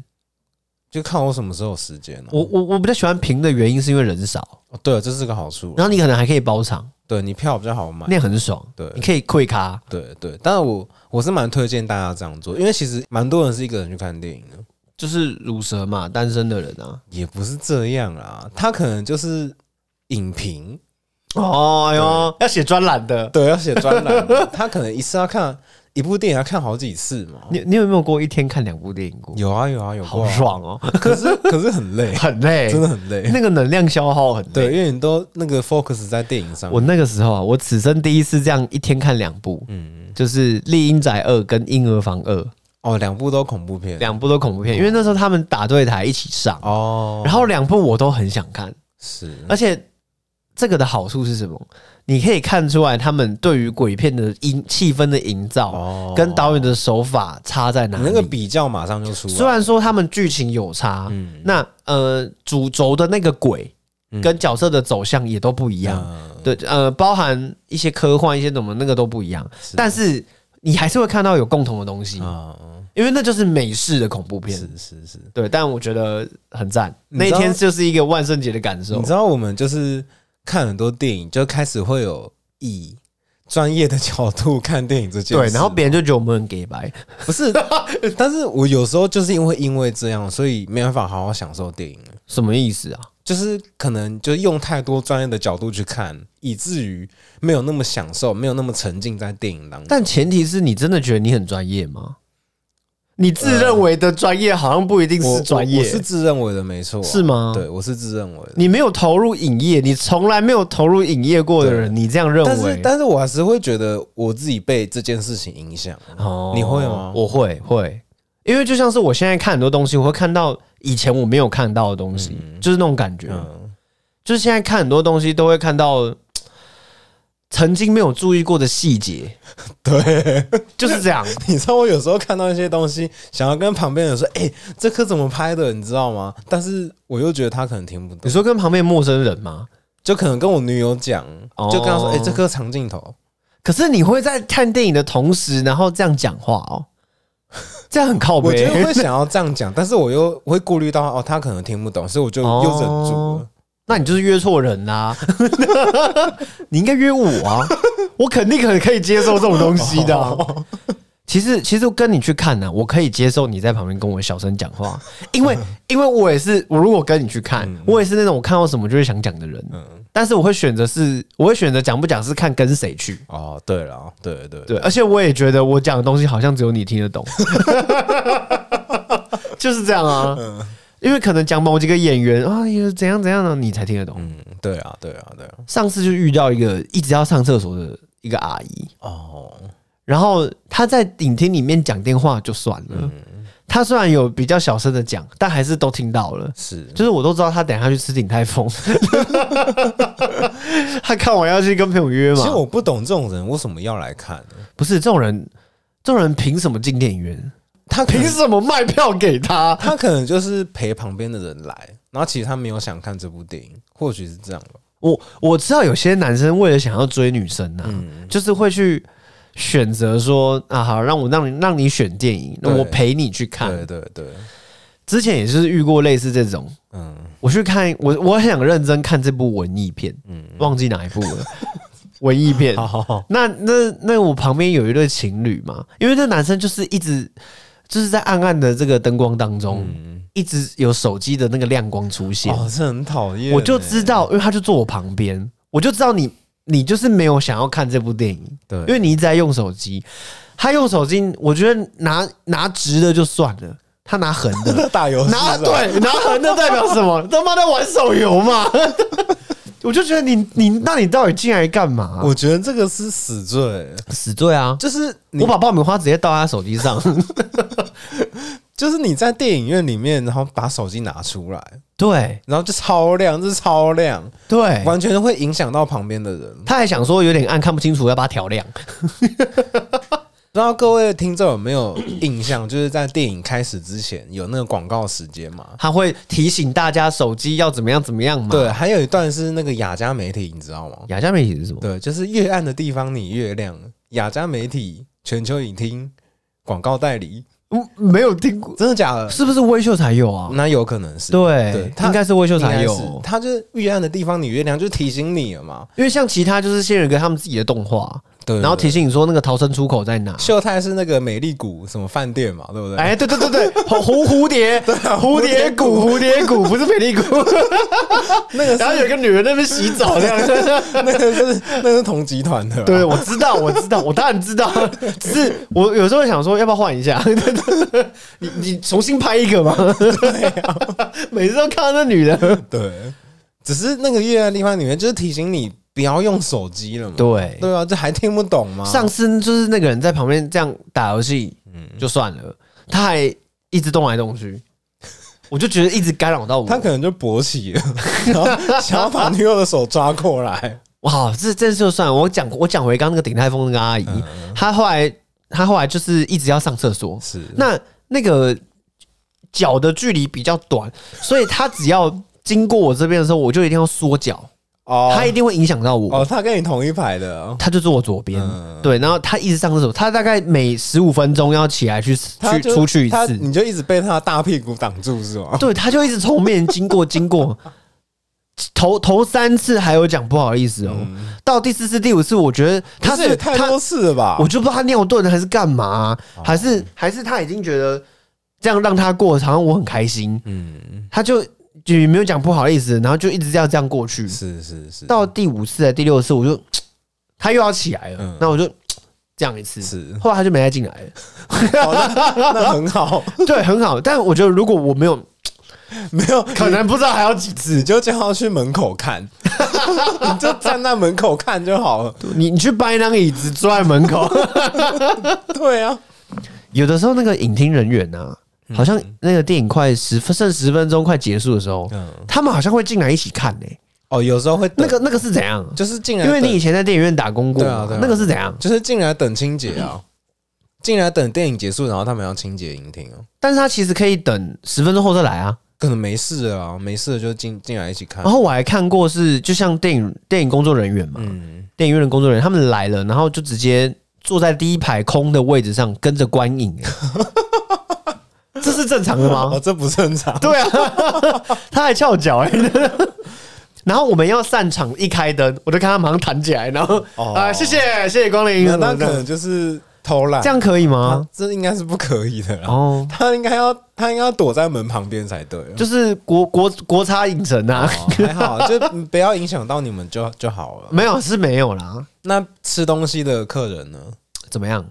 Speaker 2: 就看我什么时候有时间了、
Speaker 1: 我我我比较喜欢平的原因是因为人少，
Speaker 2: 哦对，这是个好处。
Speaker 1: 然后你可能还可以包场，
Speaker 2: 对你票比较好买
Speaker 1: 那。样很爽。
Speaker 2: 对
Speaker 1: 你可以跪咖，
Speaker 2: 对对，但是我我是蛮推荐大家这样做，因为其实蛮多人是一个人去看电影的，
Speaker 1: 就是乳蛇嘛，单身的人啊。
Speaker 2: 也不是这样啦。他可能就是影评，哎
Speaker 1: 哦哟，要写专栏的。
Speaker 2: 对，要写专栏 嘛，他可能一次要看一部电影要看好几次嘛。
Speaker 1: 你你有没有过一天看两部电影过？
Speaker 2: 有啊有啊有过
Speaker 1: 好
Speaker 2: 啊、
Speaker 1: 爽哦，
Speaker 2: 可是可是 很 累，
Speaker 1: 很 累，
Speaker 2: 真的很累。
Speaker 1: 那个能量消耗很
Speaker 2: 对，
Speaker 1: 累。
Speaker 2: 因为你都那个 focus 在电影上。
Speaker 1: 我那个时候啊，我此生第一次这样一天看两部，
Speaker 2: 嗯，
Speaker 1: 就是《丽婴宅二》跟《婴儿房二》，
Speaker 2: 哦，两部都恐怖片。
Speaker 1: 两部都恐怖片，因为那时候他们打对台一起上，
Speaker 2: 哦，
Speaker 1: 然后两部我都很想看，
Speaker 2: 是
Speaker 1: 而且这个的好处是什么？你可以看出来他们对于鬼片的营气氛的营造
Speaker 2: 哦，
Speaker 1: 跟导演的手法差在哪
Speaker 2: 你那个
Speaker 1: 里。
Speaker 2: 比较马上就出来。
Speaker 1: 虽然说他们剧情有差，
Speaker 2: 嗯
Speaker 1: 那呃主轴的那个鬼
Speaker 2: 嗯
Speaker 1: 跟角色的走向也都不一样。
Speaker 2: 嗯
Speaker 1: 对，呃，包含一些科幻、一些什么那个都不一样，
Speaker 2: 是
Speaker 1: 但是你还是会看到有共同的东西，
Speaker 2: 嗯，
Speaker 1: 因为那就是美式的恐怖片。
Speaker 2: 是是是。
Speaker 1: 对，但我觉得很赞。
Speaker 2: 你
Speaker 1: 那
Speaker 2: 知
Speaker 1: 一
Speaker 2: 道
Speaker 1: 天就是一个万圣节的感受
Speaker 2: 你知。道我们就是看很多电影，就开始会有以专业的角度看电影这件事。
Speaker 1: 对，然后别人就觉得我们很 gay 白，
Speaker 2: 不是，但是我有时候就是因为因为这样，所以没办法好好享受电影。
Speaker 1: 什么意思啊？
Speaker 2: 就是可能就用太多专业的角度去看，以至于没有那么享受，没有那么沉浸在电影当中。
Speaker 1: 但前提是你真的觉得你很专业吗？你自认为的专业好像不一定
Speaker 2: 我
Speaker 1: 是专
Speaker 2: 我
Speaker 1: 业，
Speaker 2: 我是自认为的，没错啊、
Speaker 1: 是吗？
Speaker 2: 对，我是自认为的。
Speaker 1: 你没有投入影业，你从来没有投入影业过的人，你这样认
Speaker 2: 但
Speaker 1: 为
Speaker 2: 是，？但是我还是会觉得我自己被这件事情影响。
Speaker 1: 哦
Speaker 2: 你会吗
Speaker 1: 我会会，因为就像是我现在看很多东西，我会看到以前我没有看到的东西，就是那种感觉。
Speaker 2: 嗯，
Speaker 1: 就是现在看很多东西都会看到嗯曾经没有注意过的细节，
Speaker 2: 对。
Speaker 1: 就是 这样。
Speaker 2: 你知道我有时候看到一些东西，想要跟旁边人说：“哎、这颗怎么拍的？”你知道吗？但是我又觉得他可能听不
Speaker 1: 你
Speaker 2: 懂，
Speaker 1: 说跟旁边陌生人吗？
Speaker 2: 就可能跟我女友讲，
Speaker 1: 哦
Speaker 2: 就跟她说：“哎、这颗长镜头。
Speaker 1: 可是你会在看电影的同时，然后这样讲话哦，这样很”靠
Speaker 2: 我觉得
Speaker 1: 背。
Speaker 2: 会想要这样讲，但是我又我会顾虑到哦，他可能听不懂，所以我就又忍住了。
Speaker 1: 那你就是约错人 啦、你应该约我啊，我肯定很可以接受这种东西的啊、
Speaker 2: 哦
Speaker 1: 其实，其实跟你去看啊呢、我可以接受你在旁边跟我小声讲话，因为因为我也是，我如果跟你去看，我也是那种我看到什么就会想讲的人，
Speaker 2: 嗯，
Speaker 1: 但是我会选择是，我会选择讲不讲是看跟谁去。
Speaker 2: 哦，对了，对对
Speaker 1: 对，而且我也觉得我讲的东西好像只有你听得 懂，就是这样啊。
Speaker 2: 嗯
Speaker 1: 因为可能讲某几个演员啊，有怎样怎样的、你才听得懂。
Speaker 2: 嗯，对啊，对啊，对啊。
Speaker 1: 上次就遇到一个一直要上厕所的一个阿姨，
Speaker 2: 哦，
Speaker 1: 然后她在影厅里面讲电话就算了，她虽然有比较小声的讲，但还是都听到了。
Speaker 2: 是
Speaker 1: 就是我都知道她等一下去吃鼎泰 丰，她看完要去跟朋友约嘛。
Speaker 2: 其实我不懂这种人为什么要来看呢，
Speaker 1: 不是这种人，这种人凭什么进电影院？
Speaker 2: 他可能
Speaker 1: 凭什么卖票给他？
Speaker 2: 他可能就是陪旁边的人来，然后其实他没有想看这部电影，或许是这样吧。
Speaker 1: 我我知道有些男生为了想要追女生啊，
Speaker 2: 嗯，
Speaker 1: 就是会去选择说啊，好，让我让你让你选电影，那
Speaker 2: 对
Speaker 1: 我陪你去
Speaker 2: 对
Speaker 1: 看。
Speaker 2: 对对，
Speaker 1: 之前也是遇过类似这种，
Speaker 2: 嗯
Speaker 1: 我去看我我很想认真看这部文艺片，
Speaker 2: 嗯，
Speaker 1: 忘记哪一部了， 文艺片。
Speaker 2: 好好，
Speaker 1: 那那那我旁边有一对情侣嘛，因为那男生就是一直就是在暗暗的这个灯光当中，
Speaker 2: 嗯，
Speaker 1: 一直有手机的那个亮光出现，
Speaker 2: 哦，这很讨厌欸，
Speaker 1: 我就知道，因为他就坐我旁边，我就知道你你就是没有想要看这部电影，
Speaker 2: 对，
Speaker 1: 因为你一直在用手机。他用手机，我觉得拿拿直的就算了，他拿横 的，
Speaker 2: 为打游戏
Speaker 1: 拿
Speaker 2: 哦是啊吧，
Speaker 1: 对拿横的代表什么？ 他妈在玩手游嘛！ 我就觉得你你那你到底进来干嘛、
Speaker 2: 我觉得这个是死罪，
Speaker 1: 死罪啊！
Speaker 2: 就是你
Speaker 1: 我把爆米花直接倒在他手机上，
Speaker 2: 就是你在电影院里面，然后把手机拿出来，
Speaker 1: 对
Speaker 2: 然后就超亮，这超亮，
Speaker 1: 对，
Speaker 2: 完全会影响到旁边的人。
Speaker 1: 他还想说有点暗看不清楚，要把它调亮。
Speaker 2: 不知道各位听众有没有印象，就是在电影开始之前有那个广告时间嘛？
Speaker 1: 他会提醒大家手机要怎么样怎么样嘛？
Speaker 2: 对，还有一段是那个雅加媒体，你知道吗？
Speaker 1: 雅加媒体是什么？
Speaker 2: 对，就是越暗的地方你越亮。雅加媒体全球影厅广告代理，
Speaker 1: 嗯，没有听过，
Speaker 2: 真的假的？
Speaker 1: 是不是微秀才有啊？
Speaker 2: 那有可能是
Speaker 1: 对
Speaker 2: 对，他
Speaker 1: 应该是微秀
Speaker 2: 应该
Speaker 1: 才
Speaker 2: 是
Speaker 1: 有，
Speaker 2: 他就是遇难的地方，你月亮就提醒你了嘛。
Speaker 1: 因为像其他就是仙人哥他们自己的动画，
Speaker 2: 对
Speaker 1: 然后
Speaker 2: 对
Speaker 1: 提醒你说那个逃生出口在哪。
Speaker 2: 秀泰是那个美丽谷什么饭店嘛，对不对？
Speaker 1: 哎，对对对对，蝴蝴蝴 蝶，蝴蝶谷，蝴蝶谷不是美 丽谷，
Speaker 2: 那 个
Speaker 1: 然后有一个女人在那边洗澡这样
Speaker 2: 那个是那个是同集团的，
Speaker 1: 对，，我知道，我知道，我当然知道，只是我有时候会想说，要不要换一下？ 你你重新拍一个嘛？ 每次都看到那女的，
Speaker 2: 对，只是那个月亮地方里面就是提醒你不要用手机了嘛。
Speaker 1: 对啊
Speaker 2: 对啊，这还听不懂吗？
Speaker 1: 上次就是那个人在旁边这样打游戏，就算了，他还一直动来动去，我就觉得一直干扰到我。
Speaker 2: 他可能就勃起了， 然后想要把女友的手抓过来。
Speaker 1: 哇，这这就算了我讲我讲回刚刚那个鼎泰丰那个阿姨，
Speaker 2: 嗯
Speaker 1: 她后来她后来就是一直要上厕所，
Speaker 2: 是
Speaker 1: 那那个脚的距离比较短，所以他只要经过我这边的时候，我就一定要缩脚，
Speaker 2: 哦
Speaker 1: 他一定会影响到我。
Speaker 2: 哦，他跟你同一排的哦，
Speaker 1: 他就坐我左边
Speaker 2: 嗯，
Speaker 1: 对，然后他一直上厕所，他大概每十五分钟要起来去
Speaker 2: 他
Speaker 1: 去
Speaker 2: 就
Speaker 1: 出去一
Speaker 2: 他
Speaker 1: 次，
Speaker 2: 你就一直被他的大屁股挡住是吗？
Speaker 1: 对，他就一直从我面前经过 经过。头头三次还有讲不好意思哦，到第四次、第五次，我觉得他
Speaker 2: 嗯不是
Speaker 1: 是
Speaker 2: 也太
Speaker 1: 他
Speaker 2: 多次了吧？
Speaker 1: 我就不知道他尿遁了还是干嘛啊、还是还是他已经觉得这样让他过，好像我很开心，
Speaker 2: 嗯，
Speaker 1: 他就就也没有讲不好意思，然后就一直这样这样过去，
Speaker 2: 是是是，
Speaker 1: 到第五次、第六次，我就他又要起来了
Speaker 2: 嗯，
Speaker 1: 那、我就这样一次，
Speaker 2: 是
Speaker 1: 后来他就没再进来了。
Speaker 2: 好 的，那很好，
Speaker 1: 对，很好，但我觉得如果我没有，
Speaker 2: 没有，
Speaker 1: 可能不知道还要几
Speaker 2: 你
Speaker 1: 次。
Speaker 2: 就叫他去门口看， 你就站在门口看就好了。
Speaker 1: 你你去搬一张椅子坐在门 口，
Speaker 2: 对啊，
Speaker 1: 有的时候那个影厅人员啊，好像那个电影快十分剩十分钟快结束的时候，
Speaker 2: 嗯，
Speaker 1: 他们好像会进来一起看呢、欸
Speaker 2: 哦，有时候会等
Speaker 1: 那个那个是怎样？
Speaker 2: 就是进来
Speaker 1: 因
Speaker 2: 等，
Speaker 1: 为你以前在电影院打工过
Speaker 2: 对啊
Speaker 1: 嘛
Speaker 2: 对啊，
Speaker 1: 那个是怎样？
Speaker 2: 就是进来等清洁啊，进来等电影结束，然后他们要清洁影厅哦。
Speaker 1: 但是他其实可以等十分钟后再来啊。
Speaker 2: 可能没事了啊，没事了就进进来一起看
Speaker 1: 然。后我还看过是，就像电影电影工作人员嘛，
Speaker 2: 嗯，
Speaker 1: 电影院的工作人员他们来了，然后就直接坐在第一排空的位置上跟着观影， 欸这是正常的
Speaker 2: 哦，
Speaker 1: 吗？
Speaker 2: 这不正常。
Speaker 1: 对啊，他还翘脚哎、欸然后我们要散场一开灯，我就看他马上弹起来，然后啊、
Speaker 2: 哦
Speaker 1: 谢谢谢谢光临，
Speaker 2: 那
Speaker 1: 什么
Speaker 2: 那
Speaker 1: 的
Speaker 2: 可能就是偷懒，
Speaker 1: 这样可以
Speaker 2: 啊
Speaker 1: 吗？，
Speaker 2: 这应该是不可以的啦。
Speaker 1: 哦，
Speaker 2: 他应该要，他应该要躲在门旁边才对。啊
Speaker 1: 就是国国国差影城啊，
Speaker 2: 哦还好，就不要影响到你们就就好了。
Speaker 1: 没有是没有啦，
Speaker 2: 那吃东西的客人呢？
Speaker 1: 怎么样？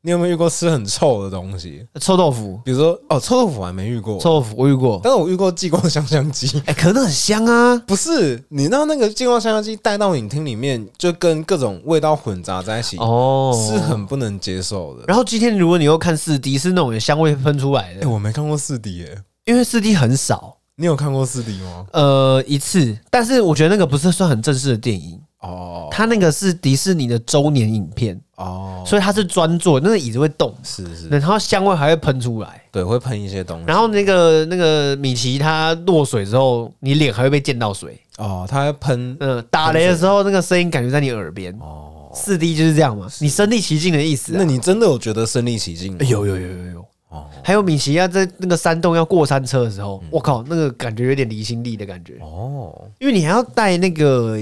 Speaker 2: 你有没有遇过吃很臭的东西？
Speaker 1: 臭豆腐，
Speaker 2: 比如说，哦，臭豆腐我还没遇过，
Speaker 1: 臭豆腐我遇过，
Speaker 2: 但是我遇过激光香香鸡。
Speaker 1: 哎、可能很香啊，
Speaker 2: 不是，你知道那个激光香香鸡带到影厅里面，就跟各种味道混杂在一起，
Speaker 1: 哦，
Speaker 2: 是很不能接受的。
Speaker 1: 然后今天如果你又看四 D，是那种有香味喷出来
Speaker 2: 哎、
Speaker 1: 的，
Speaker 2: 我没看过四 D 耶，
Speaker 1: 因为四 D 很少，
Speaker 2: 你有看过四 D 吗？
Speaker 1: 呃，一次，但是我觉得那个不是算很正式的电影，
Speaker 2: 哦
Speaker 1: 它那个是迪士尼的周年影片，
Speaker 2: 哦，
Speaker 1: 所以它是专做，那个椅子会动，
Speaker 2: 是是，
Speaker 1: 然后香味还会喷出来。
Speaker 2: 对，会喷一些东西
Speaker 1: 然后那个那个米奇他落水之后，你脸还会被溅到水。
Speaker 2: 哦，它会喷
Speaker 1: 嗯、打雷的时候那个声音感觉在你耳边。
Speaker 2: 哦。
Speaker 1: 四 D 就是这样嘛，你身临其境的意思啊、
Speaker 2: 那你真的有觉得身临其境吗？
Speaker 1: 有有有有有，
Speaker 2: 哦
Speaker 1: 还有米奇要在那个山洞要过山车的时候，我靠，那个感觉有点离心力的感觉，
Speaker 2: 哦，
Speaker 1: 因为你还要戴那个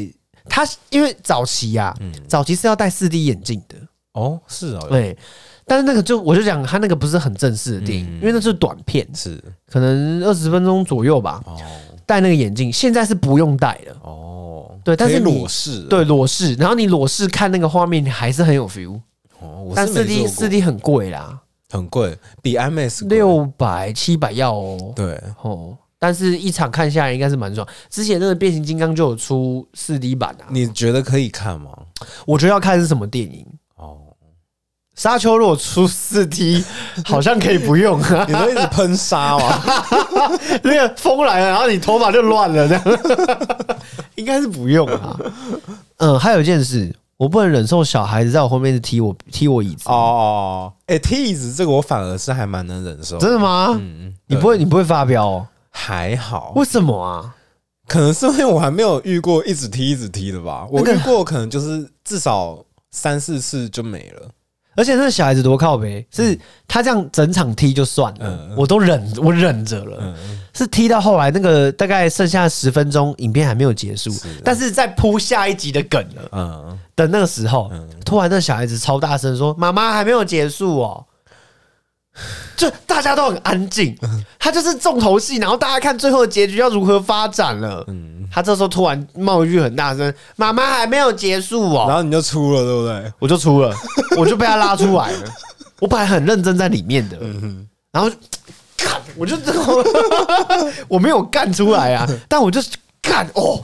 Speaker 1: 他，因为早期呀、早期是要戴四 D 眼镜的，
Speaker 2: 哦，是哦，
Speaker 1: 对。但是那个就我就讲，他那个不是很正式的电影，
Speaker 2: 嗯
Speaker 1: 因为那是短片，
Speaker 2: 是
Speaker 1: 可能二十分钟左右吧。
Speaker 2: 哦
Speaker 1: 戴那个眼镜现在是不用戴了，
Speaker 2: 哦，
Speaker 1: 对但是
Speaker 2: 可以
Speaker 1: 你
Speaker 2: 裸视啊
Speaker 1: 对裸视，然后你裸视看那个画面，你还是很有 feel。
Speaker 2: 哦，我
Speaker 1: 但
Speaker 2: 是
Speaker 1: 四
Speaker 2: 没
Speaker 1: D
Speaker 2: 做
Speaker 1: 四
Speaker 2: 过，
Speaker 1: D 很贵啦，
Speaker 2: 很贵，比 IMAX 贵
Speaker 1: 六百七百要哦。
Speaker 2: 对
Speaker 1: 哦，但是一场看下来应该是蛮爽。之前那个变形金刚就有出四 D 版啊，
Speaker 2: 你觉得可以看吗？
Speaker 1: 我觉得要看是什么电影。
Speaker 2: 哦，
Speaker 1: 沙丘如果出四 D，好像可以不用啊
Speaker 2: 你。都一直喷沙吗？
Speaker 1: 那个风来了，然后你头发就乱了，这样应该是不用啊。 嗯，还有一件事，我不能忍受小孩子在我后面一直踢我踢我椅子。
Speaker 2: 哦哦，哎、梯子这个我反而是还蛮能忍受的，
Speaker 1: 真的吗？
Speaker 2: 嗯，
Speaker 1: 你
Speaker 2: 对
Speaker 1: 不会你不会发飙哦？
Speaker 2: 还好，
Speaker 1: 为什么啊？
Speaker 2: 可能是因为我还没有遇过一直踢一直踢的吧，我遇过可能就是至少三四次就没了。
Speaker 1: 而且那小孩子多靠北，是他这样整场踢就算了，我都忍，我忍着了。是踢到后来那个大概剩下十分钟，影片还没有结束，但是在铺下一集的梗了。
Speaker 2: 嗯，
Speaker 1: 的那个时候，突然那小孩子超大声说：“妈妈还没有结束哦。” 就大家都很安静，他就是重头戏，然后大家看最后的结局要如何发展了。他这时候突然冒一句很大声：“妈妈还没有结束哦。”
Speaker 2: 然后你就出了，对不对？
Speaker 1: 我就 出了，我就被他拉出来了。我本来很认真在里面的，
Speaker 2: 嗯
Speaker 1: 然后就干，我就 我没有干出来啊，但我就干哦，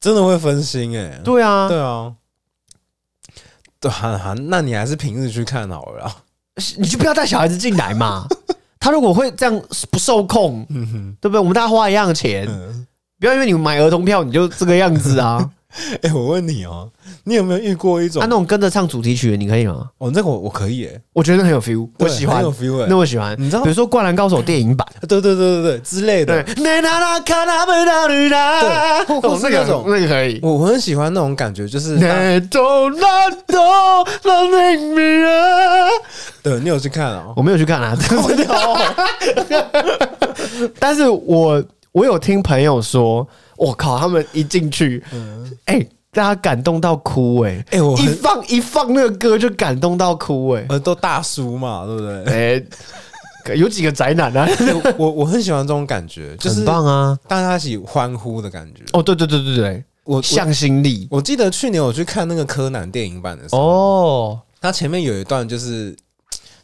Speaker 2: 真的会分心哎、
Speaker 1: 对啊，
Speaker 2: 对啊，对啊，啊那你还是平日去看好了 啊。
Speaker 1: 你就不要带小孩子进来嘛。他如果会这样不受控，
Speaker 2: 嗯
Speaker 1: 对不对？我们大家花一样的钱，不要因为你买儿童票你就这个样子 啊。
Speaker 2: 哎、我问你哦、你有没有遇过一种
Speaker 1: 他、那？种跟着唱主题曲的，你可以吗？
Speaker 2: 哦，那个我我可以、欸，
Speaker 1: 我觉得很有 feel，我
Speaker 2: 对
Speaker 1: 喜欢
Speaker 2: 很有 feel 欸
Speaker 1: 那我喜欢。
Speaker 2: 你知道
Speaker 1: 比如说《灌篮高手》电影版，
Speaker 2: 对对对对对之类
Speaker 1: 对哦
Speaker 2: 的。，
Speaker 1: 对
Speaker 2: 或或是那种
Speaker 1: 那个可以。
Speaker 2: 我我很喜欢那种感觉，就是大
Speaker 1: 那种那种那令人
Speaker 2: 对你有去看哦、
Speaker 1: 我没有去看啊，真的哦 但是我我有听朋友说，我靠，他们一进去，哎、大家感动到哭哎、
Speaker 2: 哎我
Speaker 1: 一
Speaker 2: 很
Speaker 1: 放一放那个歌就感动到哭哎、
Speaker 2: 呃，都大叔嘛，对不 对？
Speaker 1: 哎、 有几个宅男啊，
Speaker 2: 欸我我很喜欢这种感觉，就是
Speaker 1: 很棒啊！
Speaker 2: 大家一起欢呼的感觉。
Speaker 1: 哦，对对对对对，
Speaker 2: 我我
Speaker 1: 向心力
Speaker 2: 我记得去年我去看那个柯南电影版的时候，
Speaker 1: 哦，
Speaker 2: 它前面有一段就是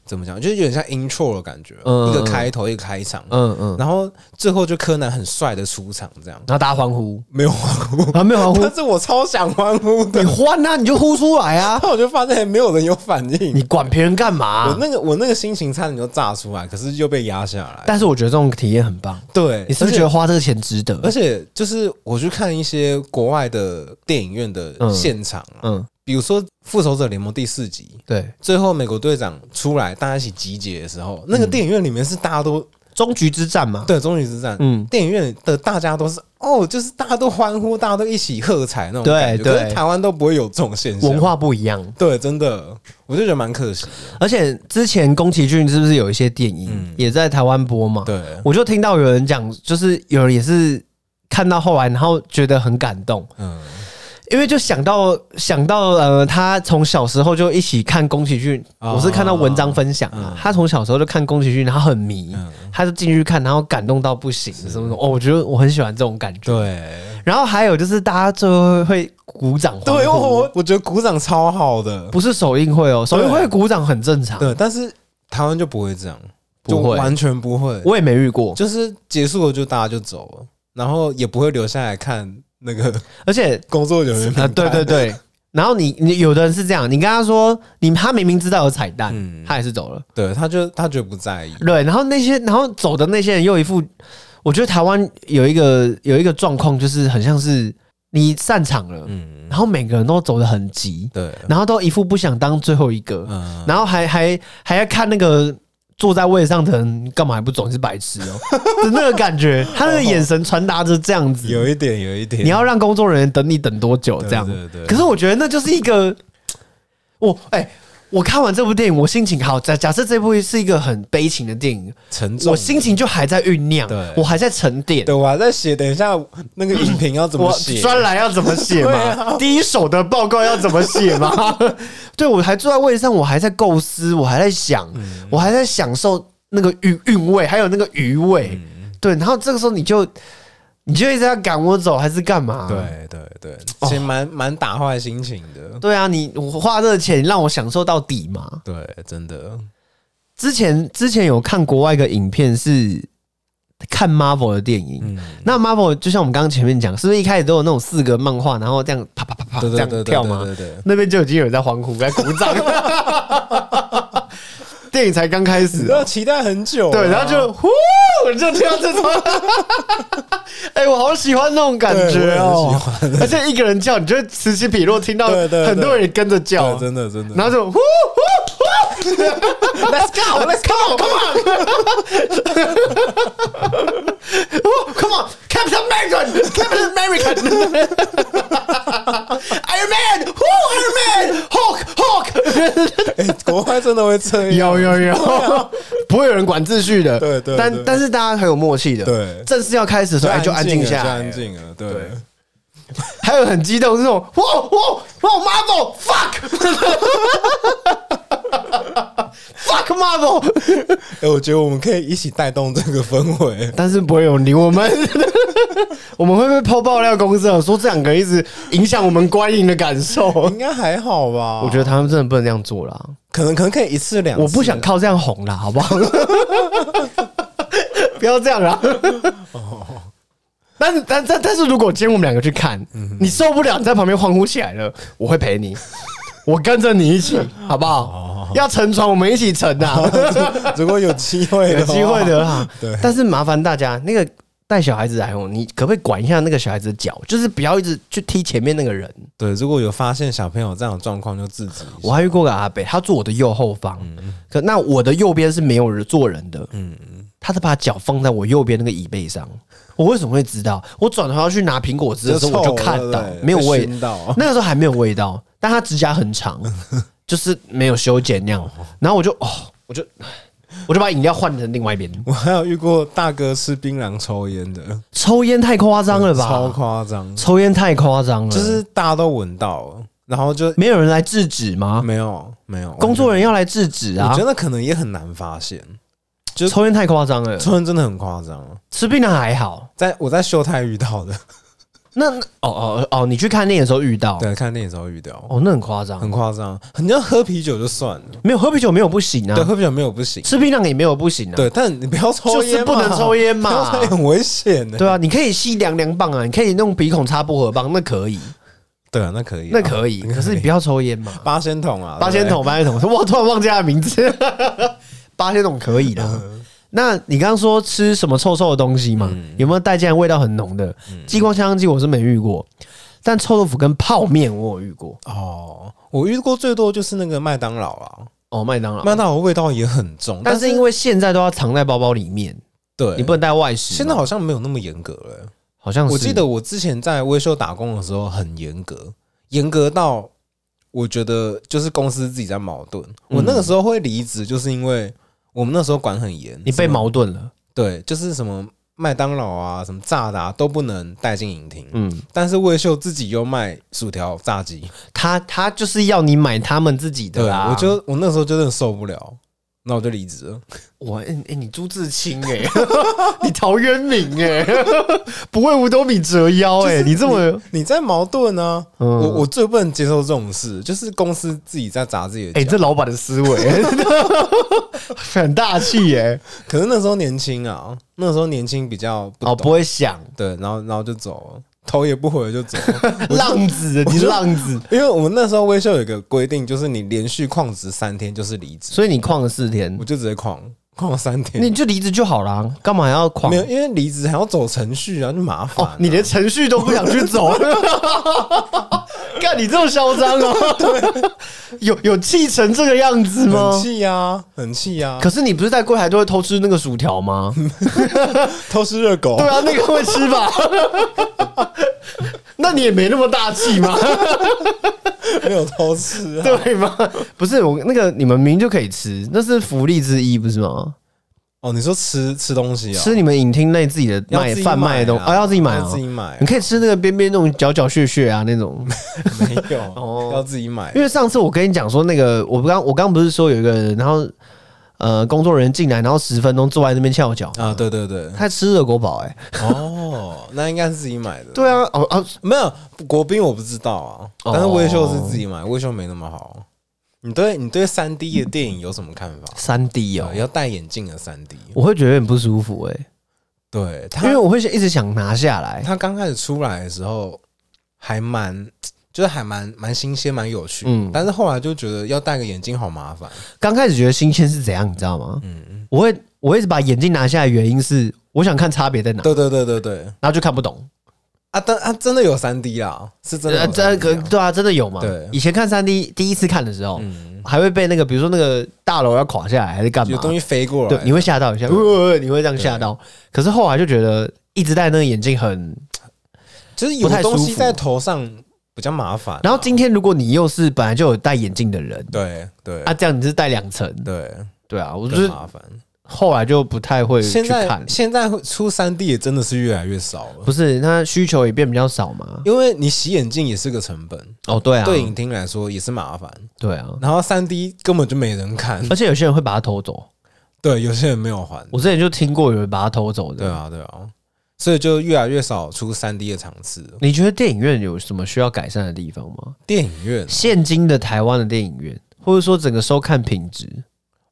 Speaker 2: 怎么讲，就是有点像 intro 的感觉，
Speaker 1: 嗯
Speaker 2: 一个开头，一个开场，
Speaker 1: 嗯嗯，
Speaker 2: 然后最后就柯南很帅的出场，这样
Speaker 1: 然后大家欢呼
Speaker 2: 没有欢呼，
Speaker 1: 啊，没有欢呼，
Speaker 2: 但是我超想欢呼的
Speaker 1: 你，欢啊，你就呼出来啊，
Speaker 2: 但我就发现没有人有反应
Speaker 1: 你，管别人干嘛、
Speaker 2: 我那个我那个心情差点就炸出来，可是又被压下来。
Speaker 1: 但是我觉得这种体验很棒，
Speaker 2: 对，
Speaker 1: 你是不是觉得花这个钱值得？
Speaker 2: 而且？而且就是我去看一些国外的电影院的
Speaker 1: 嗯
Speaker 2: 现场啊，
Speaker 1: 嗯，
Speaker 2: 比如说《复仇者联盟》第四集，
Speaker 1: 对，
Speaker 2: 最后美国队长出来，大家一起集结的时候，那个
Speaker 1: 嗯
Speaker 2: 电影院里面是大家都、
Speaker 1: 终局之战嘛，
Speaker 2: 对终于之战，
Speaker 1: 嗯，
Speaker 2: 电影院的大家都是哦，就是大家都欢呼，大家都一起喝彩那种感觉。
Speaker 1: 对对
Speaker 2: 可是台湾都不会有这种现象，
Speaker 1: 文化不一样。
Speaker 2: 对，真的，我就觉得蛮可惜的。
Speaker 1: 而且之前宫崎骏是不是有一些电影、
Speaker 2: 嗯
Speaker 1: 也在台湾播嘛？
Speaker 2: 对，
Speaker 1: 我就听到有人讲，就是有人也是看到后来，然后觉得很感动，
Speaker 2: 嗯，
Speaker 1: 因为就想到想到呃，他从小时候就一起看宫崎骏，
Speaker 2: 哦
Speaker 1: 我是看到文章分享啊，他从小时候就看宫崎骏，然后很迷，
Speaker 2: 嗯
Speaker 1: 他就进去看，然后感动到不行，什么什么，哦，我觉得我很喜欢这种感觉。
Speaker 2: 对，
Speaker 1: 然后还有就是大家最后会鼓掌欢呼，
Speaker 2: 对我我我觉得鼓掌超好的，
Speaker 1: 不是首映会哦，首映会鼓掌很正常，
Speaker 2: 对，但是台湾就不会这样，就
Speaker 1: 不会
Speaker 2: 完全不会，
Speaker 1: 我也没遇过。
Speaker 2: 就是结束了就大家就走了，然后也不会留下来看那个
Speaker 1: 而且
Speaker 2: 工作人员名
Speaker 1: 啊，
Speaker 2: 单
Speaker 1: 对对对，然后你你有的人是这样，你跟他说你他明明知道有彩蛋，
Speaker 2: 嗯
Speaker 1: 他还是走了。
Speaker 2: 对，他就他觉得不在意，
Speaker 1: 对，然后那些然后走的那些人又一副，我觉得台湾有一个有一个状况，就是很像是你散场了，
Speaker 2: 嗯，
Speaker 1: 然后每个人都走得很急，
Speaker 2: 对，
Speaker 1: 然后都一副不想当最后一个，
Speaker 2: 嗯，
Speaker 1: 然后还还还要看那个坐在位上的人干嘛还不走，你是白痴 哦、的那个感觉，他那个眼神传达着这样子，
Speaker 2: 有一点，有一点，
Speaker 1: 你要让工作人员等你等多久
Speaker 2: 哦对
Speaker 1: 这样。
Speaker 2: 对对
Speaker 1: 可是我觉得那就是一个，我哎、我看完这部电影，我心情好。假假设这部是一个很悲情的电影，
Speaker 2: 沉重的，
Speaker 1: 我心情就还在酝酿
Speaker 2: 对，
Speaker 1: 我还在沉淀。
Speaker 2: 对，我还在写，等一下那个影评要怎么
Speaker 1: 我
Speaker 2: 写？
Speaker 1: 专栏要怎么写嘛？
Speaker 2: 对啊
Speaker 1: 第一手的报告要怎么写 嘛？对，我还坐在位置上，我还在构思，我还在想，
Speaker 2: 嗯
Speaker 1: 我还在享受那个韵韵味，还有那个余味。
Speaker 2: 嗯
Speaker 1: 对，然后这个时候你就你就一直要赶我走，还是干嘛？
Speaker 2: 对对对，其实
Speaker 1: 哦
Speaker 2: 蛮蛮打坏心情的。
Speaker 1: 对啊，你我花这个钱让我享受到底嘛？
Speaker 2: 对，真的，
Speaker 1: 之前之前有看国外一个影片是看 Marvel 的电影，
Speaker 2: 嗯，
Speaker 1: 那 Marvel 就像我们刚刚前面讲，是不是一开始都有那种四个漫画，然后这样啪啪啪啪
Speaker 2: 对
Speaker 1: 这
Speaker 2: 对
Speaker 1: 样
Speaker 2: 对
Speaker 1: 跳
Speaker 2: 对
Speaker 1: 吗？
Speaker 2: 对对，
Speaker 1: 那边就已经有人在欢呼、在鼓掌。 电影才刚开始、
Speaker 2: 要
Speaker 1: 哦，
Speaker 2: 期待很久啊，
Speaker 1: 对，然后就呼，我就听到这种， 哎、我好喜欢那种感觉
Speaker 2: 对我也
Speaker 1: 哦
Speaker 2: 很喜欢。
Speaker 1: 而且一个人叫，你就会此起彼落，听到
Speaker 2: 对对对
Speaker 1: 很多人跟着叫
Speaker 2: 对，，真的真的，
Speaker 1: 然后就呼呼呼，Let's go，Let's go，Come on，Come Oh, on，Captain American，Captain American，Iron Man，Who Iron Man，Hulk，Hulk，啊
Speaker 2: 哎、国外真的会这样，
Speaker 1: 有 有有，不会有人管秩序的。
Speaker 2: 对对对
Speaker 1: 但但是大家很有默契的。
Speaker 2: 对
Speaker 1: 正式要开始的时候，哎，就安静下
Speaker 2: 就
Speaker 1: 来
Speaker 2: 安。静了。对，
Speaker 1: 对还有很激动这种，哇哇哇，Marvel fuck fuck Marvel，
Speaker 2: 哎、我觉得我们可以一起带动这个氛 围。
Speaker 1: 但是不会有人理我们， 我们会被抛爆料公司啊，说这两个一直影响我们观影的感受。
Speaker 2: 应该还好吧？
Speaker 1: 我觉得他们真的不能这样做啦，
Speaker 2: 可能可能可以一次两次，
Speaker 1: 我不想靠这样红啦，好不 好？不要这样啦。但是，但但但是如果今天我们两个去看，你受不了，你在旁边欢呼起来了，我会陪你，我跟着你一起，好不好？要乘船，我们一起乘啊，
Speaker 2: 如果有机会
Speaker 1: 有
Speaker 2: 的话，
Speaker 1: 机会的啦。
Speaker 2: 对
Speaker 1: 但是麻烦大家，那个带小孩子来哦，你可不可以管一下那个小孩子的脚，就是不要一直去踢前面那个人。
Speaker 2: 对，如果有发现小朋友这样的状况，就制止一下。
Speaker 1: 我还遇过个阿北，他坐我的右后方，可那我的右边是没有人坐人的，他是把脚放在我右边那个椅背上。我为什么会知道？我转头要去拿苹果汁的时候，我就看到没有味，
Speaker 2: 道。
Speaker 1: 那个时候还没有味道，但他指甲很长，就是没有修剪那样。然后我就哦，我就我就把饮料换成另外一边。
Speaker 2: 我还有遇过大哥吃槟榔抽烟的，
Speaker 1: 抽烟太夸张了吧？
Speaker 2: 超夸张，
Speaker 1: 抽烟太夸张了，
Speaker 2: 就是大家都闻到了，然后就
Speaker 1: 没有人来制止吗？
Speaker 2: 没有没有
Speaker 1: 啊工作
Speaker 2: 人
Speaker 1: 人员要来制止
Speaker 2: 嗯我
Speaker 1: 啊
Speaker 2: 觉！得可能也很难发现，就
Speaker 1: 抽烟太夸张了，
Speaker 2: 抽烟真的很夸张。
Speaker 1: 吃槟榔还好。
Speaker 2: 在我在秀泰遇到的，
Speaker 1: 哦那那哦哦哦，你去看电影的时候遇到，
Speaker 2: 对，看电影的时候遇到，
Speaker 1: 哦，那很夸张
Speaker 2: 很。夸张。你要喝啤酒就算了，
Speaker 1: 没有喝啤酒没有不行
Speaker 2: 对，
Speaker 1: 啊，
Speaker 2: 喝啤酒没有不行，
Speaker 1: 吃槟榔也没有不行啊。
Speaker 2: 对，但你不要抽
Speaker 1: 就是
Speaker 2: 烟嘛，
Speaker 1: 不能抽烟嘛
Speaker 2: 不要抽烟很危险的。
Speaker 1: 对啊，你可以吸凉凉棒啊，你可以弄鼻孔插薄荷棒，那可以，
Speaker 2: 对啊，那可以啊，
Speaker 1: 那可以。可是你不要抽烟嘛。
Speaker 2: 八仙桶啊，
Speaker 1: 八仙
Speaker 2: 对不
Speaker 1: 桶，八仙桶，我突然忘记他的名字。八仙桶可以的。
Speaker 2: 嗯
Speaker 1: 那你刚刚说吃什么臭臭的东西嘛？有没有带进来味道很浓的？
Speaker 2: 嗯
Speaker 1: 激光香香鸡我是没遇过，但臭豆腐跟泡面我有遇过。
Speaker 2: 对哦。我遇过最多就是那个麦当劳啊，
Speaker 1: 哦，麦当劳，
Speaker 2: 麦当劳味道也很重，
Speaker 1: 但
Speaker 2: 但
Speaker 1: 是因为现在都要藏在包包里面，
Speaker 2: 对
Speaker 1: 你不能带外食嘛。
Speaker 2: 现在好像没有那么严格了欸、
Speaker 1: 好像是
Speaker 2: 我记得我之前在微秀打工的时候很严格，严格到我觉得就是公司自己在矛盾。
Speaker 1: 嗯
Speaker 2: 我那个时候会离职，就是因为我们那时候管很严，
Speaker 1: 你被
Speaker 2: 什么
Speaker 1: 矛盾了。
Speaker 2: 对，就是什么麦当劳啊、什么炸的、啊、都不能带进影厅，
Speaker 1: 嗯，
Speaker 2: 但是魏秀自己又卖薯条、炸鸡，
Speaker 1: 他他就是要你买他们自己的
Speaker 2: 对
Speaker 1: 啊。
Speaker 2: 我就我那时候就真的受不了，那我就离职了。
Speaker 1: 我哎、哎你朱自清 哎、你陶渊明哎、不为五斗米折腰哎、你这么
Speaker 2: 你在矛盾呢、啊？
Speaker 1: 嗯
Speaker 2: 我我最不能接受这种事，就是公司自己在砸自己的脚。
Speaker 1: 哎、这老板的思维、 很大气哎、
Speaker 2: 可是那时候年轻啊，那时候年轻比较不懂，
Speaker 1: 哦，不会想
Speaker 2: 对，然后然后就走了，头也不回就走了。
Speaker 1: 浪子，你是浪子，
Speaker 2: 因为我们那时候微秀有一个规定，就是你连续旷职三天就是离职，
Speaker 1: 所以你旷了四天
Speaker 2: 我，就直接旷旷了三
Speaker 1: 那
Speaker 2: 天
Speaker 1: 你。就离职就好啦，干嘛还要旷
Speaker 2: 没？有，因为离职还要走程序啊，就麻烦啊、
Speaker 1: 哦，你连程序都不想去 走，看你这么嚣张哦！有有气成这个样子吗
Speaker 2: 很？气啊，很气啊，
Speaker 1: 可是你不是在柜台都会偷吃那个薯条 吗？
Speaker 2: 偷吃热狗
Speaker 1: 对。啊，那个会吃吧？ 那你也没那么大气嘛，
Speaker 2: 没有偷吃、啊。
Speaker 1: 对吗？不是我那个你们明明就可以吃，那是福利之一，不是吗？
Speaker 2: 哦，你说吃吃东西啊、
Speaker 1: 吃你们影厅内自己的
Speaker 2: 要
Speaker 1: 卖
Speaker 2: 自己
Speaker 1: 贩卖的东西
Speaker 2: 啊
Speaker 1: 啊，要自己买啊
Speaker 2: 要自。己买、啊
Speaker 1: 你，可以吃那个边边那种角角屑屑啊那种，
Speaker 2: 没有，
Speaker 1: 哦
Speaker 2: 要自己买
Speaker 1: 因。为上次我跟你讲说那个，我刚我刚不是说有一个人，然后呃工作人员进来，然后十分钟坐在那边翘脚，
Speaker 2: 啊，对 对对，
Speaker 1: 他吃热狗堡哎、
Speaker 2: 哦，那应该是自己买的。，
Speaker 1: 对啊，哦哦，
Speaker 2: 没有国宾我不知道啊，
Speaker 1: 哦
Speaker 2: 但是微秀是自己买，微秀没那么好。你对你对三 D 的电影有什么看法？
Speaker 1: 三 D 哦
Speaker 2: 有，要戴眼镜的三 D，
Speaker 1: 我会觉得很不舒服 哎、
Speaker 2: 对
Speaker 1: 因为
Speaker 2: 他
Speaker 1: 我会一直想拿下来。
Speaker 2: 他刚开始出来的时候还蛮。就是还蛮蛮新鲜，蛮有趣，
Speaker 1: 嗯
Speaker 2: 但是后来就觉得要戴个眼镜好麻烦，
Speaker 1: 刚开始觉得新鲜是怎样，你知道吗？
Speaker 2: 嗯，
Speaker 1: 我会我一直把眼镜拿下来，原因是我想看差别在哪，
Speaker 2: 对对对对对，
Speaker 1: 然后就看不懂。
Speaker 2: 啊，但啊，真的有三 D 啦，是真的有 3D 啊，
Speaker 1: 这个对啊，真的有嘛？
Speaker 2: 对
Speaker 1: 以前看三 D 第一次看的时候，
Speaker 2: 嗯，
Speaker 1: 还会被那个比如说那个大楼要垮下来还是干嘛
Speaker 2: 有？东西飞过
Speaker 1: 对，你
Speaker 2: 来，
Speaker 1: 会吓到一下，呃你会这样吓到。可是后来就觉得一直戴那个眼镜很
Speaker 2: 就是
Speaker 1: 不
Speaker 2: 有
Speaker 1: 太
Speaker 2: 东
Speaker 1: 舒
Speaker 2: 西
Speaker 1: 服
Speaker 2: 在头上比较麻烦啊、
Speaker 1: 然后今天如果你又是本来就有戴眼镜的人，
Speaker 2: 对对
Speaker 1: 啊，这样你是戴两层，
Speaker 2: 对，
Speaker 1: 对啊，我就
Speaker 2: 更
Speaker 1: 是
Speaker 2: 麻烦。
Speaker 1: 后来就不太会去
Speaker 2: 现
Speaker 1: 看
Speaker 2: 在，现在会出三 D 也真的是越来越少了，
Speaker 1: 不是，那需求也变比较少嘛。
Speaker 2: 因为你洗眼镜也是个成本，
Speaker 1: 哦，对啊，
Speaker 2: 对影厅来说也是麻烦。
Speaker 1: 对啊，
Speaker 2: 然后三 D 根本就没人看，
Speaker 1: 而且有些人会把它偷走，
Speaker 2: 对，有些人没有还，
Speaker 1: 我之前就听过有人把它偷走
Speaker 2: 对
Speaker 1: 的。
Speaker 2: 啊对啊，所以就越来越少出三 D 的场次了。
Speaker 1: 你觉得电影院有什么需要改善的地方吗？
Speaker 2: 电影院
Speaker 1: 现今的台湾的电影院，或者说整个收看品质，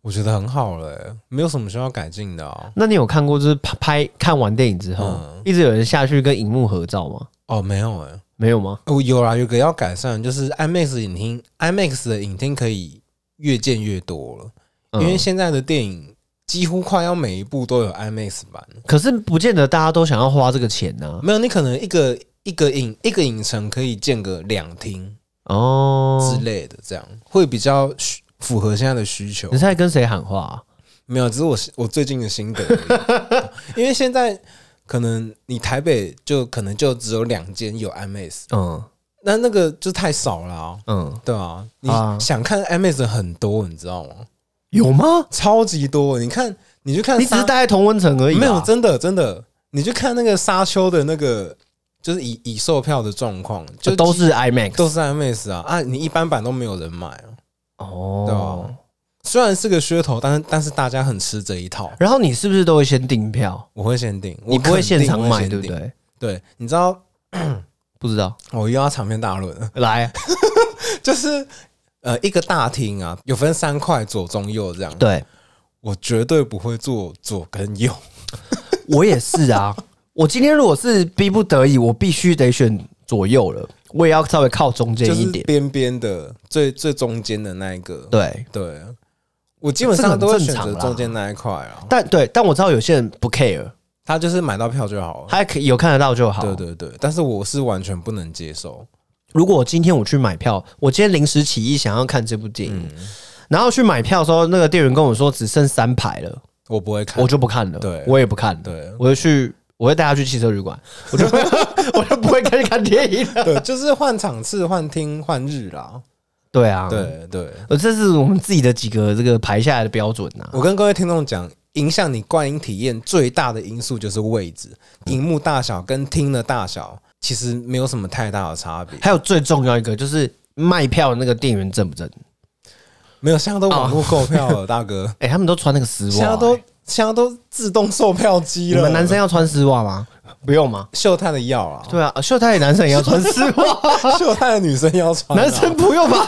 Speaker 2: 我觉得很好了、欸，没有什么需要改进的啊。
Speaker 1: 那你有看过就是拍拍看完电影之后，
Speaker 2: 嗯
Speaker 1: 一直有人下去跟荧幕合照吗？
Speaker 2: 哦，没有哎、
Speaker 1: 没有吗？
Speaker 2: 哦，有啦，有个要改善，就是 IMAX 影厅，IMAX 的影厅可以越建越多了，
Speaker 1: 嗯
Speaker 2: 因为现在的电影几乎快要每一部都有 IMAX 版了。
Speaker 1: 可是不见得大家都想要花这个钱啊呐、
Speaker 2: 没有，你可能一个一个影一个影城可以建个两厅之
Speaker 1: 哦，
Speaker 2: 类的，这样会比较需符合现在的需求
Speaker 1: 你。在跟谁喊话啊、
Speaker 2: 没有，只是我我最近的心得而已， 因为现在可能你台北就可能就只有两间有 IMAX，那那个就太少了、啊。
Speaker 1: 嗯嗯，
Speaker 2: 对啊，你
Speaker 1: 啊
Speaker 2: 想看 IMAX 的很多，你知道吗？
Speaker 1: 有吗？
Speaker 2: 超级多，你看，你去看
Speaker 1: 你只
Speaker 2: 沙，
Speaker 1: 是待在同温层而已啊吧，
Speaker 2: 没有真的真的，你去看那个沙丘的那个，就是已已售票的状况，就
Speaker 1: 都
Speaker 2: 几
Speaker 1: 是 IMAX
Speaker 2: 都是 IMAX 啊啊！你一般版都没有人买啊，对
Speaker 1: 哦
Speaker 2: 啊。虽然是个噱头，但是但是大家很吃这一套。
Speaker 1: 然后你是不是都会先订票？
Speaker 2: 我会先订，
Speaker 1: 你
Speaker 2: 我
Speaker 1: 不会
Speaker 2: 肯定
Speaker 1: 现场买，
Speaker 2: 先
Speaker 1: 对不
Speaker 2: 订？
Speaker 1: 对？
Speaker 2: 对，你知道
Speaker 1: 不知道，
Speaker 2: 我又要长篇大论了，
Speaker 1: 来，
Speaker 2: 就是呃一个大厅啊，有分三块，左中右这样。
Speaker 1: 对
Speaker 2: 我绝对不会做左跟右，
Speaker 1: 我也是啊。 我今天如果是逼不得已，我必须得选左右了，我也要稍微靠中间
Speaker 2: 就
Speaker 1: 一
Speaker 2: 是
Speaker 1: 点。
Speaker 2: 边边的最最中间的那一个。
Speaker 1: 对，
Speaker 2: 对，啊我基本
Speaker 1: 这个
Speaker 2: 上
Speaker 1: 很
Speaker 2: 都会
Speaker 1: 正
Speaker 2: 选
Speaker 1: 常
Speaker 2: 择
Speaker 1: 啦
Speaker 2: 中间那一块啊。
Speaker 1: 但对，但我知道有些人不 care，
Speaker 2: 他就是买到票就好了。
Speaker 1: 他可以有看得到就好。
Speaker 2: 对对对，但是我是完全不能接受。
Speaker 1: 如果今天我去买票，我今天临时起意想要看这部电影，
Speaker 2: 嗯
Speaker 1: 然后去买票的时候，那个店员跟我说只剩三排了，
Speaker 2: 我不会看，
Speaker 1: 我就不看了，
Speaker 2: 对
Speaker 1: 我也不看了，
Speaker 2: 对
Speaker 1: 我就去，我会带他去汽车旅馆，我就 我就不会跟你看电影了。
Speaker 2: 对，就是换场次、换厅、换日啦。
Speaker 1: 对啊，，
Speaker 2: 对对，
Speaker 1: 呃，这是我们自己的几个这个排下来的标准呐、啊
Speaker 2: 我跟各位听众讲，影响你观影体验最大的因素就是位置，
Speaker 1: 嗯
Speaker 2: 荧幕大小跟厅的大小其实没有什么太大的差别。
Speaker 1: 还有最重要一个就是卖票的那个店员正不正？
Speaker 2: 没有，现在都网络购票了，大哥，
Speaker 1: 哎、他们都穿那个丝袜、欸
Speaker 2: 现在都现在都自动售票机
Speaker 1: 你
Speaker 2: 了。
Speaker 1: 们男生要穿丝袜吗？不用吗？
Speaker 2: 秀泰的要 啊，
Speaker 1: 对啊，呃秀泰的男生也要穿丝 袜，
Speaker 2: 秀泰的女生要穿啊，
Speaker 1: 男生不用吧？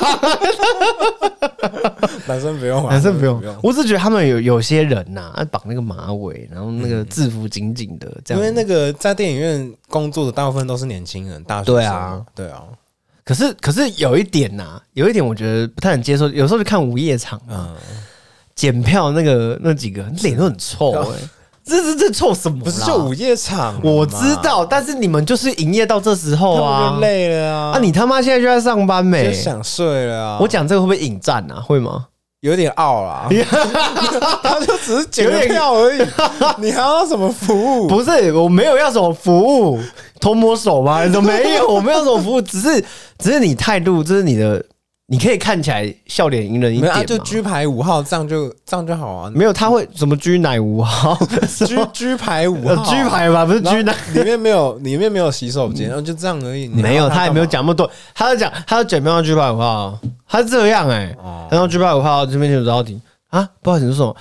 Speaker 2: 男生不用啊，
Speaker 1: 男生不用
Speaker 2: 不用，，
Speaker 1: 我只觉得他们有有些人呐、啊，绑那个马尾，然后那个制服紧紧的，这
Speaker 2: 因
Speaker 1: 样。
Speaker 2: 为那个在电影院工作的大部分都是年轻人，大学生
Speaker 1: 对啊，
Speaker 2: 对啊，
Speaker 1: 可是可是有一点呐、有一点我觉得不太能接受。有时候去看午夜场嘛，
Speaker 2: 嗯，
Speaker 1: 检票那个那几个脸都很臭哎、这这这臭什么啦？
Speaker 2: 不是就午夜场了吗，
Speaker 1: 我知道，但是你们就是营业到这时候
Speaker 2: 他们
Speaker 1: 啊
Speaker 2: 就，累了啊，
Speaker 1: 啊你他妈现在就在上班没、
Speaker 2: 就想睡了啊，
Speaker 1: 我讲这个会不会引战啊？会吗？
Speaker 2: 有点傲啦， 他 就只是检
Speaker 1: 有
Speaker 2: 个
Speaker 1: 点
Speaker 2: 票而已，你还要什么服务？
Speaker 1: 不是，我没有要什么服务，偷摸手吗？都没有，我没有什么服务，只是只是你态度，这是你的，你可以看起来笑脸迎人一
Speaker 2: 没
Speaker 1: 点
Speaker 2: 有啊，
Speaker 1: 嘛。
Speaker 2: 就居排五号，这样就这样就好啊，
Speaker 1: 没有，他会什么居奶五号，
Speaker 2: 居居排五
Speaker 1: 呃
Speaker 2: 号，
Speaker 1: 居牌吧，不是
Speaker 2: 然后
Speaker 1: 居奶。嗯
Speaker 2: 里面没有里面没有洗手间，然后就这样而已，你还
Speaker 1: 没有，
Speaker 2: 要
Speaker 1: 他也
Speaker 2: 干
Speaker 1: 没有
Speaker 2: 嘛
Speaker 1: 讲那么多，他就讲，他就讲没有居牌五号，他是这样哎、
Speaker 2: 哦
Speaker 1: 然后 G 牌五号这边就走到底啊，不好意思，你说什么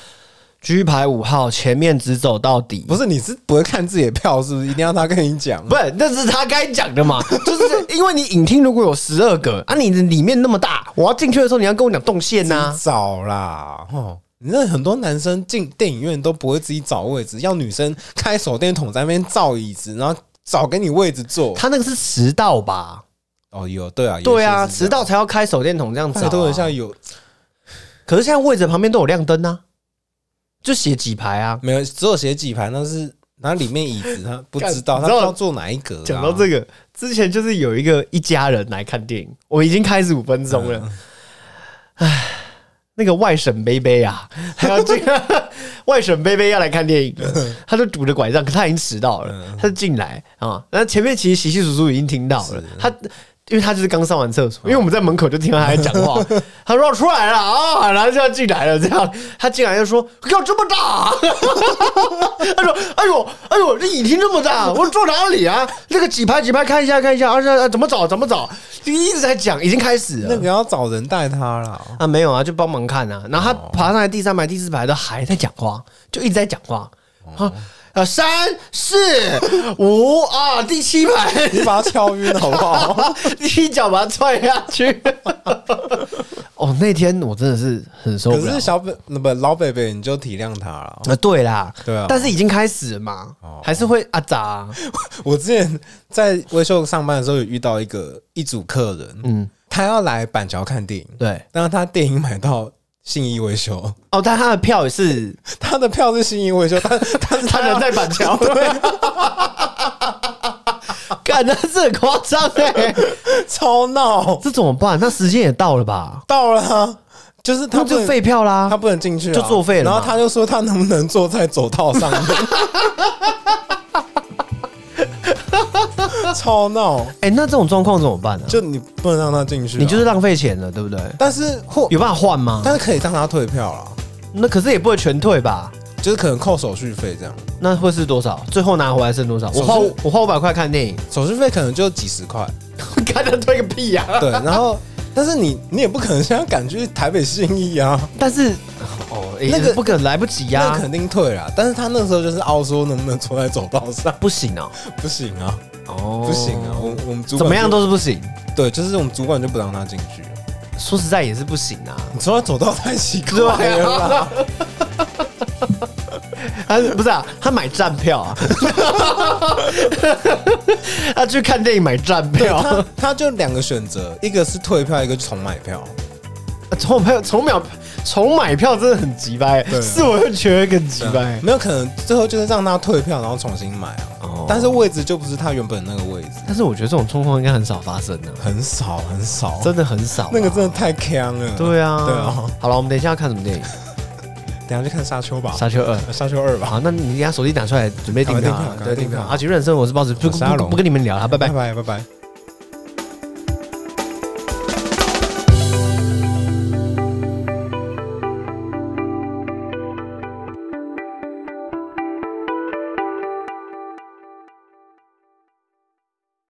Speaker 1: ？G 牌五号前面只走到底，
Speaker 2: 不是，你是不会看自己的票，是不是？一定要他跟你讲？啊
Speaker 1: 不是，那是他该讲的 嘛，就是因为你影厅如果有十二个啊，你的里面那么大，我要进去的时候你要跟我讲动线啊呐、
Speaker 2: 自己找啦，哦，你那很多男生进电影院都不会自己找位置，要女生开手电筒在那边照椅子，然后找给你位置坐。
Speaker 1: 他那个是迟到吧？
Speaker 2: 哦，有对啊，
Speaker 1: 对啊，
Speaker 2: 有些是这
Speaker 1: 迟
Speaker 2: 样
Speaker 1: 到才要开手电筒这样子、啊
Speaker 2: 拜托一下有
Speaker 1: 可是现在位置旁边都有亮灯啊，就写几排啊。
Speaker 2: 没有？只有写几排，那是然后里面椅子他不知道，
Speaker 1: 干你
Speaker 2: 他
Speaker 1: 知道
Speaker 2: 不知道坐哪一格、啊。
Speaker 1: 讲到这个，之前就是有一个一家人来看电影，我已经开始五分钟了。唉，那个外省贝贝啊，还要进外省贝贝要来看电影了，他就拄着拐杖，可他已经迟到了，他就进来啊。然后前面其实洗洗叔叔已经听到了，他因为他就是刚上完厕所，因为我们在门口就听到他在讲话，他说出来了啊，然后就要进来了，这样他进来就说要这么大、 他说哎呦哎呦，这椅厅这么大，我坐哪里啊？这个几排几排看一下看一下，而、且、啊、怎么找怎么找，就一直在讲，已经开始了。
Speaker 2: 那个要找人带他啦。
Speaker 1: 啊，没有啊，就帮忙看啊。然后他爬上来第三排、第四排都还在讲话，就一直在讲话。
Speaker 2: 哦
Speaker 1: 啊啊，三四五啊，第七排，
Speaker 2: 你把他敲晕好不好？
Speaker 1: 你一脚把他踹下去。 哦，那天我真的是很受不
Speaker 2: 可
Speaker 1: 了
Speaker 2: 是。小北那不老北北，你就体谅他了。
Speaker 1: 啊，对啦，
Speaker 2: 对啊哦
Speaker 1: 但是已经开始了嘛，还是会啊咋啊？
Speaker 2: 我之前在微秀上班的时候，有遇到一个一组客人，
Speaker 1: 嗯，
Speaker 2: 他要来板桥看电影，
Speaker 1: 对，
Speaker 2: 但是他电影买到信义维修，
Speaker 1: 哦，但他的票也是，
Speaker 2: 他的票是信义维修， 他他啊是
Speaker 1: 他 人
Speaker 2: 要
Speaker 1: 在板 桥，干，那是很夸张哎，
Speaker 2: 超闹
Speaker 1: 这怎么办？那时间也到了吧？
Speaker 2: 到了啊，就是他
Speaker 1: 那
Speaker 2: 不
Speaker 1: 就
Speaker 2: 能
Speaker 1: 废票啦
Speaker 2: 他。不能进去啊、
Speaker 1: 就作废了嘛
Speaker 2: 然后他就说他能不能坐在走道上面， 超闹！
Speaker 1: 哎、那这种状况怎么办呢、啊
Speaker 2: 就你不能让他进去啊、
Speaker 1: 你就是浪费钱了，对不对？
Speaker 2: 但是或
Speaker 1: 有办法换吗？
Speaker 2: 但是可以让他退票啦，
Speaker 1: 那可是也不会全退吧？
Speaker 2: 就是可能扣手续费这样，
Speaker 1: 那会是多少？最后拿回来剩多少？我花
Speaker 2: 手术
Speaker 1: 我花五百块看电影，
Speaker 2: 手续费可能就几十块，
Speaker 1: 看他退个屁呀、啊！
Speaker 2: 对，然后。但是你你也不可能现在赶去台北信义啊，
Speaker 1: 但是哦，那
Speaker 2: 那
Speaker 1: 个
Speaker 2: 个
Speaker 1: 不可能来不及啊呀、
Speaker 2: 那肯定退啦。但是他那时候就是凹说能不能坐在走道上，
Speaker 1: 不行哦，
Speaker 2: 不行啊，
Speaker 1: 哦，
Speaker 2: 不行啊，我我们主管
Speaker 1: 怎么样
Speaker 2: 就
Speaker 1: 都是不行。
Speaker 2: 对，就是我们主管就不让他进去。
Speaker 1: 说实在也是不行啊，
Speaker 2: 你说他走道太奇怪了啦，
Speaker 1: 他不是啊，他买站票啊， 他去看电影买站
Speaker 2: 对
Speaker 1: 票，
Speaker 2: 他他就两个选择，一个是退票，一个是重买票。
Speaker 1: 从票从秒从买票真的很急掰，
Speaker 2: 对啊
Speaker 1: 是我就觉得更急掰。
Speaker 2: 啊没有可能最后就是让他退票，然后重新买啊。
Speaker 1: 哦
Speaker 2: 但是位置就不是他原本那个位置，
Speaker 1: 但是我觉得这种状况应该很少发生的、
Speaker 2: 很少很少，
Speaker 1: 真的很少啊、
Speaker 2: 那个真的太坑了。
Speaker 1: 对啊，
Speaker 2: 对啊，
Speaker 1: 好了，我们等一下要看什么电影？
Speaker 2: 等一下去看沙丘吧，
Speaker 1: 《沙丘二》。
Speaker 2: 沙丘二吧。
Speaker 1: 好，那你等一下手机拿出来准备订票啊
Speaker 2: 赶快订票赶，快
Speaker 1: 对，
Speaker 2: 订
Speaker 1: 订票。
Speaker 2: 票
Speaker 1: 啊，其实人生我是抱持不
Speaker 2: 我是阿
Speaker 1: 不
Speaker 2: 龙
Speaker 1: 不跟你们聊了，拜拜
Speaker 2: 拜。拜拜拜。